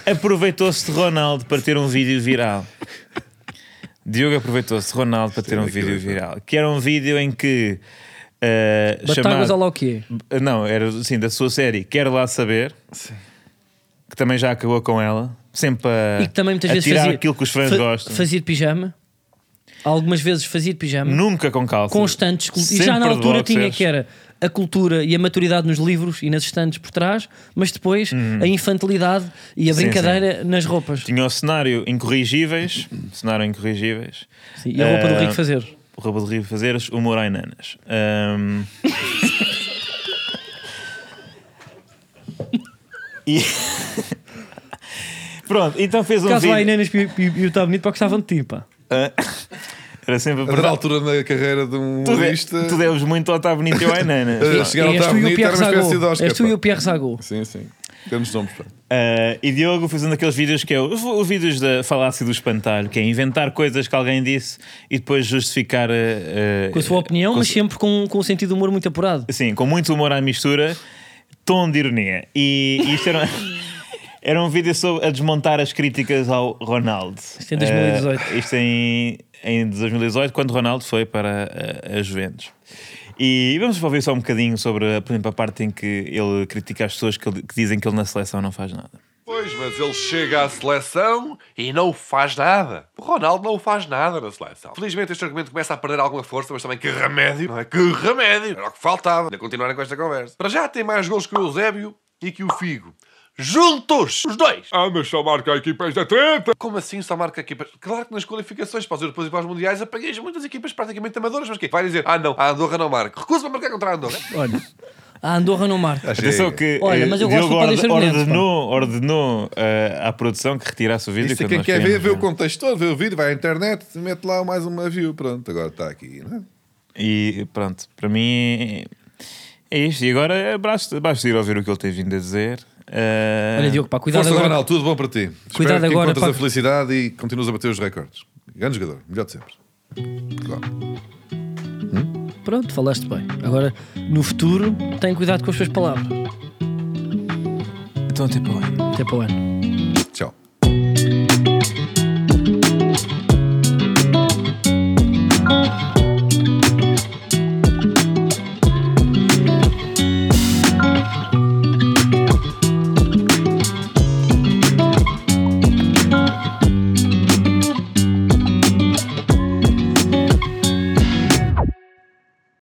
C: aproveitou-se de Ronaldo para ter um vídeo viral. Diogo aproveitou-se de Ronaldo para ter um vídeo viral, que era um vídeo em que. Uh,
A: Batáguas ao lá o quê?
C: não, era assim, da sua série Quero Lá Saber, que também já acabou com ela, sempre a,
A: E que também muitas
C: a
A: vezes
C: tirar
A: fazia,
C: É. aquilo que os fãs
A: fa-
C: gostam.
A: Fazia de pijama. Algumas vezes fazia de pijama.
C: Nunca com calça.
A: Constantes. E já na
C: Sempre de
A: altura tinha
C: boxers.
A: que era a cultura e a maturidade nos livros e nas estantes por trás, mas depois a infantilidade e a
C: Uhum. Sim, Tipo,
A: brincadeira nas roupas.
C: Tinha o cenário incorrigíveis, cenário incorrigíveis.
A: Sim, e a roupa do
C: Ah,
A: Rico fazer.
C: O roupa do Rio Fazeres, humor ai nanas. Ahm. e... Pronto, então fez um
A: Caso né? lá
C: vídeo.
A: a Inês e e- e o Tá Bonito para gostavam de ti, pá.
C: Ah, Era sempre a
B: A dada altura na carreira de um
C: Tu, de,
B: humorista.
C: tu deves é- muito ao Tá Bonito e ao Ainana.
B: Eh, chegaram
A: És
B: ao
A: tu e o
B: Bonito, era
A: Pierre
B: uma espécie de
A: Zago.
B: Oscar.
A: És tu e o
B: pá.
A: Pierre Zago.
B: Sim, sim. Temos nomes. pá.
C: Uh, e Diogo fez um daqueles vídeos que é o, o vídeos da falácia do espantalho, que é inventar coisas que alguém disse e depois justificar uh, uh,
A: Com a
B: É,
A: sua opinião,
C: com-
A: mas sempre com, com um sentido de humor muito apurado.
C: Sim, Assim, com muito humor à mistura, tom de ironia. E, e isto era, era um vídeo sobre a desmontar as críticas ao Ronaldo. Isto
A: em 2018.
C: isto em, em 2018, quando Ronaldo foi para eh, a, a Juventus. E vamos ouvir só um bocadinho sobre, por exemplo, a parte em que ele critica as pessoas que, ele- que dizem que ele na seleção não faz nada.
E: Pois, mas ele chega à seleção e não faz nada. O Ronaldo não faz nada na seleção. Felizmente este argumento começa a perder alguma força, mas também que remédio, não é? Que remédio! Era o que faltava, ainda continuarem com esta conversa. Para já tem mais gols que o Eusébio e que o Figo. Juntos! Os dois!
F: Ah, mas só marca equipas da treta!
E: Como assim só marca equipas? Claro que nas qualificações para os europeus e para os mundiais apanhas muitas equipas praticamente amadoras, mas quê? Vai dizer, ah não, a Andorra não marca. Recusa-me a marcar contra a Andorra.
A: Olha, a Andorra não marca.
C: Atenção que eh,
A: Olha, mas eu gosto
C: Diogo
A: do Padre
C: orde-
A: Sarmento,
C: ordenou, ordenou eh, à produção que retirasse o vídeo.
B: Isso é
C: quando
B: quem
C: nós
B: quer ver,
C: tínhamos,
B: vê o
C: né?
B: contexto todo, vê o vídeo, vai à internet, mete lá mais uma view. Pronto, agora está aqui, não é?
C: E pronto, para mim é, é isto. E agora basta, basta ir ouvir o que ele tem vindo a dizer. Eh,
A: Olha, Diogo, pá, cuidado
B: É. Força,
A: agora.
B: Ronaldo, tudo bom para ti.
A: Cuidado
B: Espero que
A: agora,
B: encontres
A: pá.
B: a felicidade e continuas a bater os recordes. Grande jogador, melhor de sempre. Claro.
A: Pronto, falaste bem. Agora, no futuro, tem cuidado com as suas palavras.
C: Então até para o ano.
A: Até para o ano.